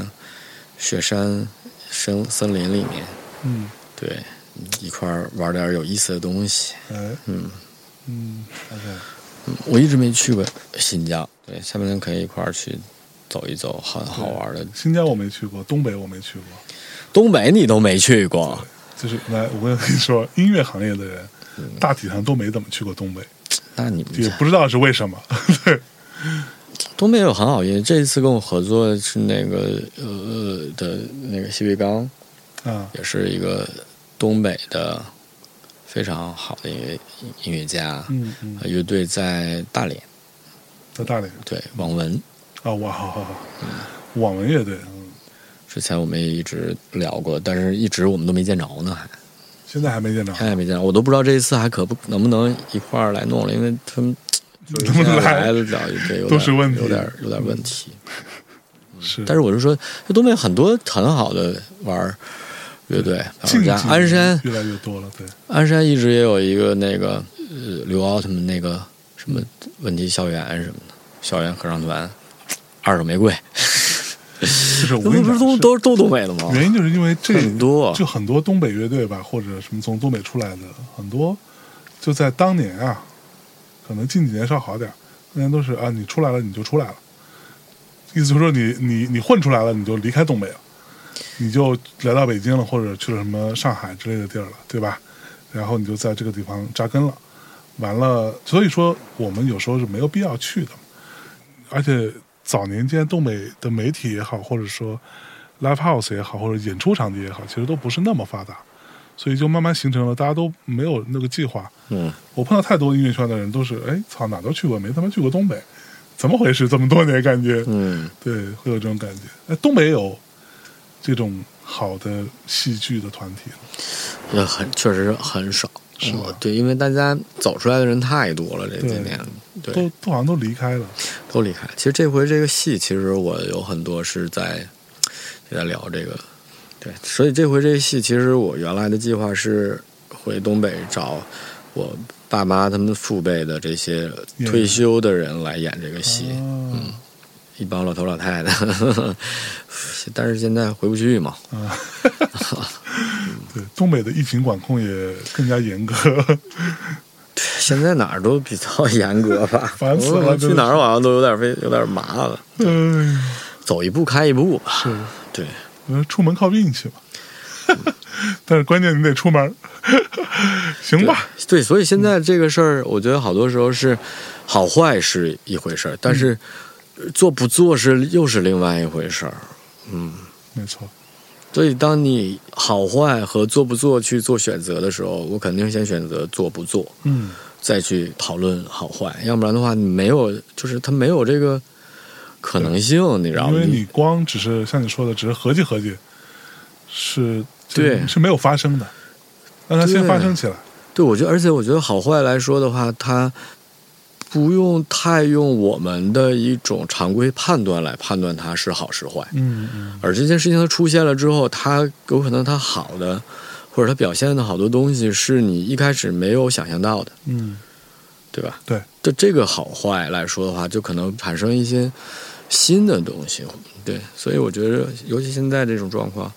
[SPEAKER 2] 雪山、森森林里面，
[SPEAKER 1] 嗯，
[SPEAKER 2] 对，一块儿玩点有意思的东西。
[SPEAKER 1] 哎，
[SPEAKER 2] 嗯
[SPEAKER 1] 嗯，OK，
[SPEAKER 2] 我一直没去过新疆，对，下半年可以一块儿去走一走，很好玩的。
[SPEAKER 1] 新疆我没去过，东北我没去过，
[SPEAKER 2] 东北你都没去过，
[SPEAKER 1] 就是来，我跟你说，音乐行业的人
[SPEAKER 2] 嗯
[SPEAKER 1] 大体上都没怎么去过东北，
[SPEAKER 2] 那你们
[SPEAKER 1] 也
[SPEAKER 2] 这
[SPEAKER 1] 不知道是为什么。对，
[SPEAKER 2] 东北有很好音。这一次跟我合作的是那个呃的那个谢维刚，
[SPEAKER 1] 啊，
[SPEAKER 2] 也是一个东北的非常好的一个音乐家，呃
[SPEAKER 1] 嗯嗯，
[SPEAKER 2] 乐队在大连，
[SPEAKER 1] 在大连
[SPEAKER 2] 对，网文。
[SPEAKER 1] 啊，哇，好好好，网文乐队，嗯，
[SPEAKER 2] 之前我们也一直聊过，但是一直我们都没见着呢，还。
[SPEAKER 1] 现在还没见 (laughs) 着，
[SPEAKER 2] 看也没见，我都不知道这一次还可不能不能一块儿来弄了，因为他们就是
[SPEAKER 1] 能不能
[SPEAKER 2] 现在
[SPEAKER 1] 来
[SPEAKER 2] 来了了对，有
[SPEAKER 1] 都
[SPEAKER 2] 点
[SPEAKER 1] 是问题嗯
[SPEAKER 2] 有点有点问题。
[SPEAKER 1] 是，
[SPEAKER 2] 但是我是说，这东北很多很好的玩儿乐队，
[SPEAKER 1] 近几
[SPEAKER 2] 玩家
[SPEAKER 1] 年
[SPEAKER 2] 鞍山
[SPEAKER 1] 越来越多了，对，
[SPEAKER 2] 鞍山一直也有一个那个呃刘奥他们那个什么问题校园什么的校园合唱团，二手玫瑰，
[SPEAKER 1] 就是我
[SPEAKER 2] 那
[SPEAKER 1] 跟
[SPEAKER 2] 不
[SPEAKER 1] 你讲
[SPEAKER 2] 是都
[SPEAKER 1] 是
[SPEAKER 2] 都都东北的吗？
[SPEAKER 1] 原因就是因为这
[SPEAKER 2] (laughs) 很多
[SPEAKER 1] 就很多东北乐队吧，或者什么从东北出来的，很多就在当年啊，可能近几年稍好点儿，当年都是啊，你出来了你就出来了，意思就是说你你你混出来了，你就离开东北了，你就来到北京了，或者去了什么上海之类的地儿了，对吧？然后你就在这个地方扎根了，完了，所以说我们有时候是没有必要去的，而且早年间东北的媒体也好，或者说 live house 也好，或者演出场地也好，其实都不是那么发达，所以就慢慢形成了大家都没有那个计划。
[SPEAKER 2] 嗯，
[SPEAKER 1] 我碰到太多音乐圈的人都是，哎，操，哪都去过，没他妈去过东北，怎么回事？这么多年感觉，
[SPEAKER 2] 嗯，
[SPEAKER 1] 对，会有这种感觉。哎，东北有这种好的戏剧的团体，
[SPEAKER 2] 也很确实很少，
[SPEAKER 1] 是吧
[SPEAKER 2] 嗯对，因为大家走出来的人太多了，这
[SPEAKER 1] 对
[SPEAKER 2] 今年对
[SPEAKER 1] 都都好像都离开了。
[SPEAKER 2] 都离开。其实这回这个戏，其实我有很多是在也在聊这个，对，所以这回这个戏，其实我原来的计划是回东北找我爸妈他们父辈的这些
[SPEAKER 1] 演员
[SPEAKER 2] 退休的人来演这个戏，嗯
[SPEAKER 1] 啊
[SPEAKER 2] 一帮老头老太太，但是现在回不去嘛，
[SPEAKER 1] 啊，对，东北的疫情管控也更加严格。
[SPEAKER 2] (laughs) 现在哪儿都比较严格吧，
[SPEAKER 1] 烦死了
[SPEAKER 2] 我
[SPEAKER 1] 真
[SPEAKER 2] 去
[SPEAKER 1] 的是
[SPEAKER 2] 哪儿好像都有点费，有点麻烦，
[SPEAKER 1] 哎，
[SPEAKER 2] 走一步开一步吧，
[SPEAKER 1] 是，呃
[SPEAKER 2] 对。
[SPEAKER 1] (laughs) 我说出门靠运气嘛。但是关键你得出门，行吧，
[SPEAKER 2] 对，所以现在这个事儿，我觉得好多时候是好坏是一回事儿，但是做不做是又是另外一回事儿。嗯，
[SPEAKER 1] 没错，
[SPEAKER 2] 所以当你好坏和做不做去做选择的时候，我肯定先选择做不做，
[SPEAKER 1] 嗯，
[SPEAKER 2] 再去讨论好坏，要不然的话，你没有，就是它没有这个可能性，你知道
[SPEAKER 1] 因
[SPEAKER 2] 吗？
[SPEAKER 1] 为你光只是像你说的，只是合计合计，是
[SPEAKER 2] 对
[SPEAKER 1] 是没有发生的，让它先
[SPEAKER 2] 对
[SPEAKER 1] 发生起来，
[SPEAKER 2] 对，我觉得，而且我觉得好坏来说的话，它不用太用我们的一种常规判断来判断它是好是坏，
[SPEAKER 1] 嗯嗯，
[SPEAKER 2] 而这件事情它出现了之后，它有可能它好的，或者它表现的好多东西是你一开始没有想象到的，
[SPEAKER 1] 嗯，
[SPEAKER 2] 对吧？
[SPEAKER 1] 对，
[SPEAKER 2] 对这个好坏来说的话，就可能产生一些新的东西，对，所以我觉得，尤其现在这种状况，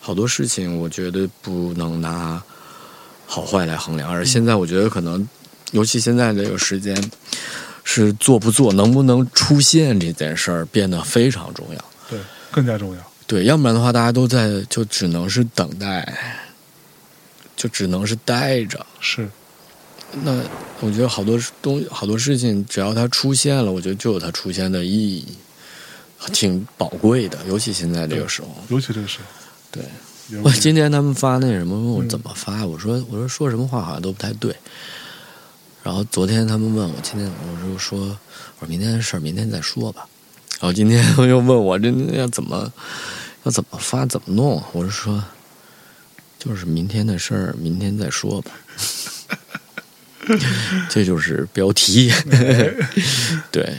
[SPEAKER 2] 好多事情我觉得不能拿好坏来衡量，而现在我觉得可能，尤其现在这个时间，是做不做、能不能出现这件事儿变得非常重要。
[SPEAKER 1] 对，更加重要，
[SPEAKER 2] 对，要不然的话，大家都在就只能是等待，就只能是待着。
[SPEAKER 1] 是
[SPEAKER 2] 那我觉得好多东好多事情，只要它出现了，我觉得就有它出现的意义，挺宝贵的。尤其现在这个时候，
[SPEAKER 1] 尤其这个时候，
[SPEAKER 2] 对
[SPEAKER 1] 也
[SPEAKER 2] 我
[SPEAKER 1] 不
[SPEAKER 2] 今天他们发那什么，问我
[SPEAKER 1] 嗯
[SPEAKER 2] 怎么发，我说我说说什么话好像都不太对。然后昨天他们问我，今天我就说我说明天的事儿明天再说吧。然后今天又问我这要怎么要怎么发怎么弄，我是说就是明天的事儿明天再
[SPEAKER 1] (laughs)
[SPEAKER 2] 说吧。这就是标
[SPEAKER 1] (laughs)
[SPEAKER 2] 题，对，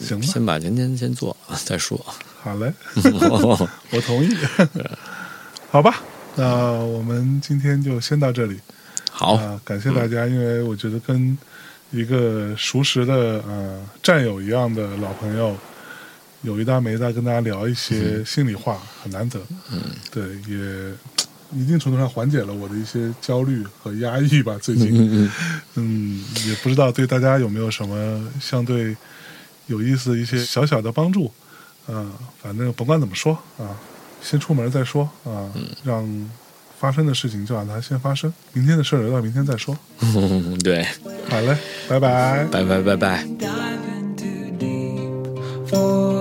[SPEAKER 1] 行吧，
[SPEAKER 2] 先把今天先做了
[SPEAKER 1] (laughs)
[SPEAKER 2] 再说。
[SPEAKER 1] 好嘞，我同意，好吧，那我们今天就先到这里。
[SPEAKER 2] 好， (laughs) 嗯
[SPEAKER 1] 啊，感谢大家，因为我觉得跟一个熟识的呃战友一样的老朋友，有一搭没一搭跟大家聊一
[SPEAKER 2] 嗯
[SPEAKER 1] 些心里话，很难得。嗯，对，也一定程度上缓解了我的一些焦虑和压抑吧。最近，
[SPEAKER 2] 嗯
[SPEAKER 1] (laughs) 嗯，也不知道对大家有没有什么相对有意思的一些小小的帮助。嗯，反正甭管怎么说啊，先出门再说啊，
[SPEAKER 2] 嗯
[SPEAKER 1] 让发生的事情就让它先发生，明天的事儿留到明天再说。
[SPEAKER 2] 嗯，对，
[SPEAKER 1] 好嘞，拜拜。
[SPEAKER 2] 拜拜拜拜。
[SPEAKER 3] diving too deep for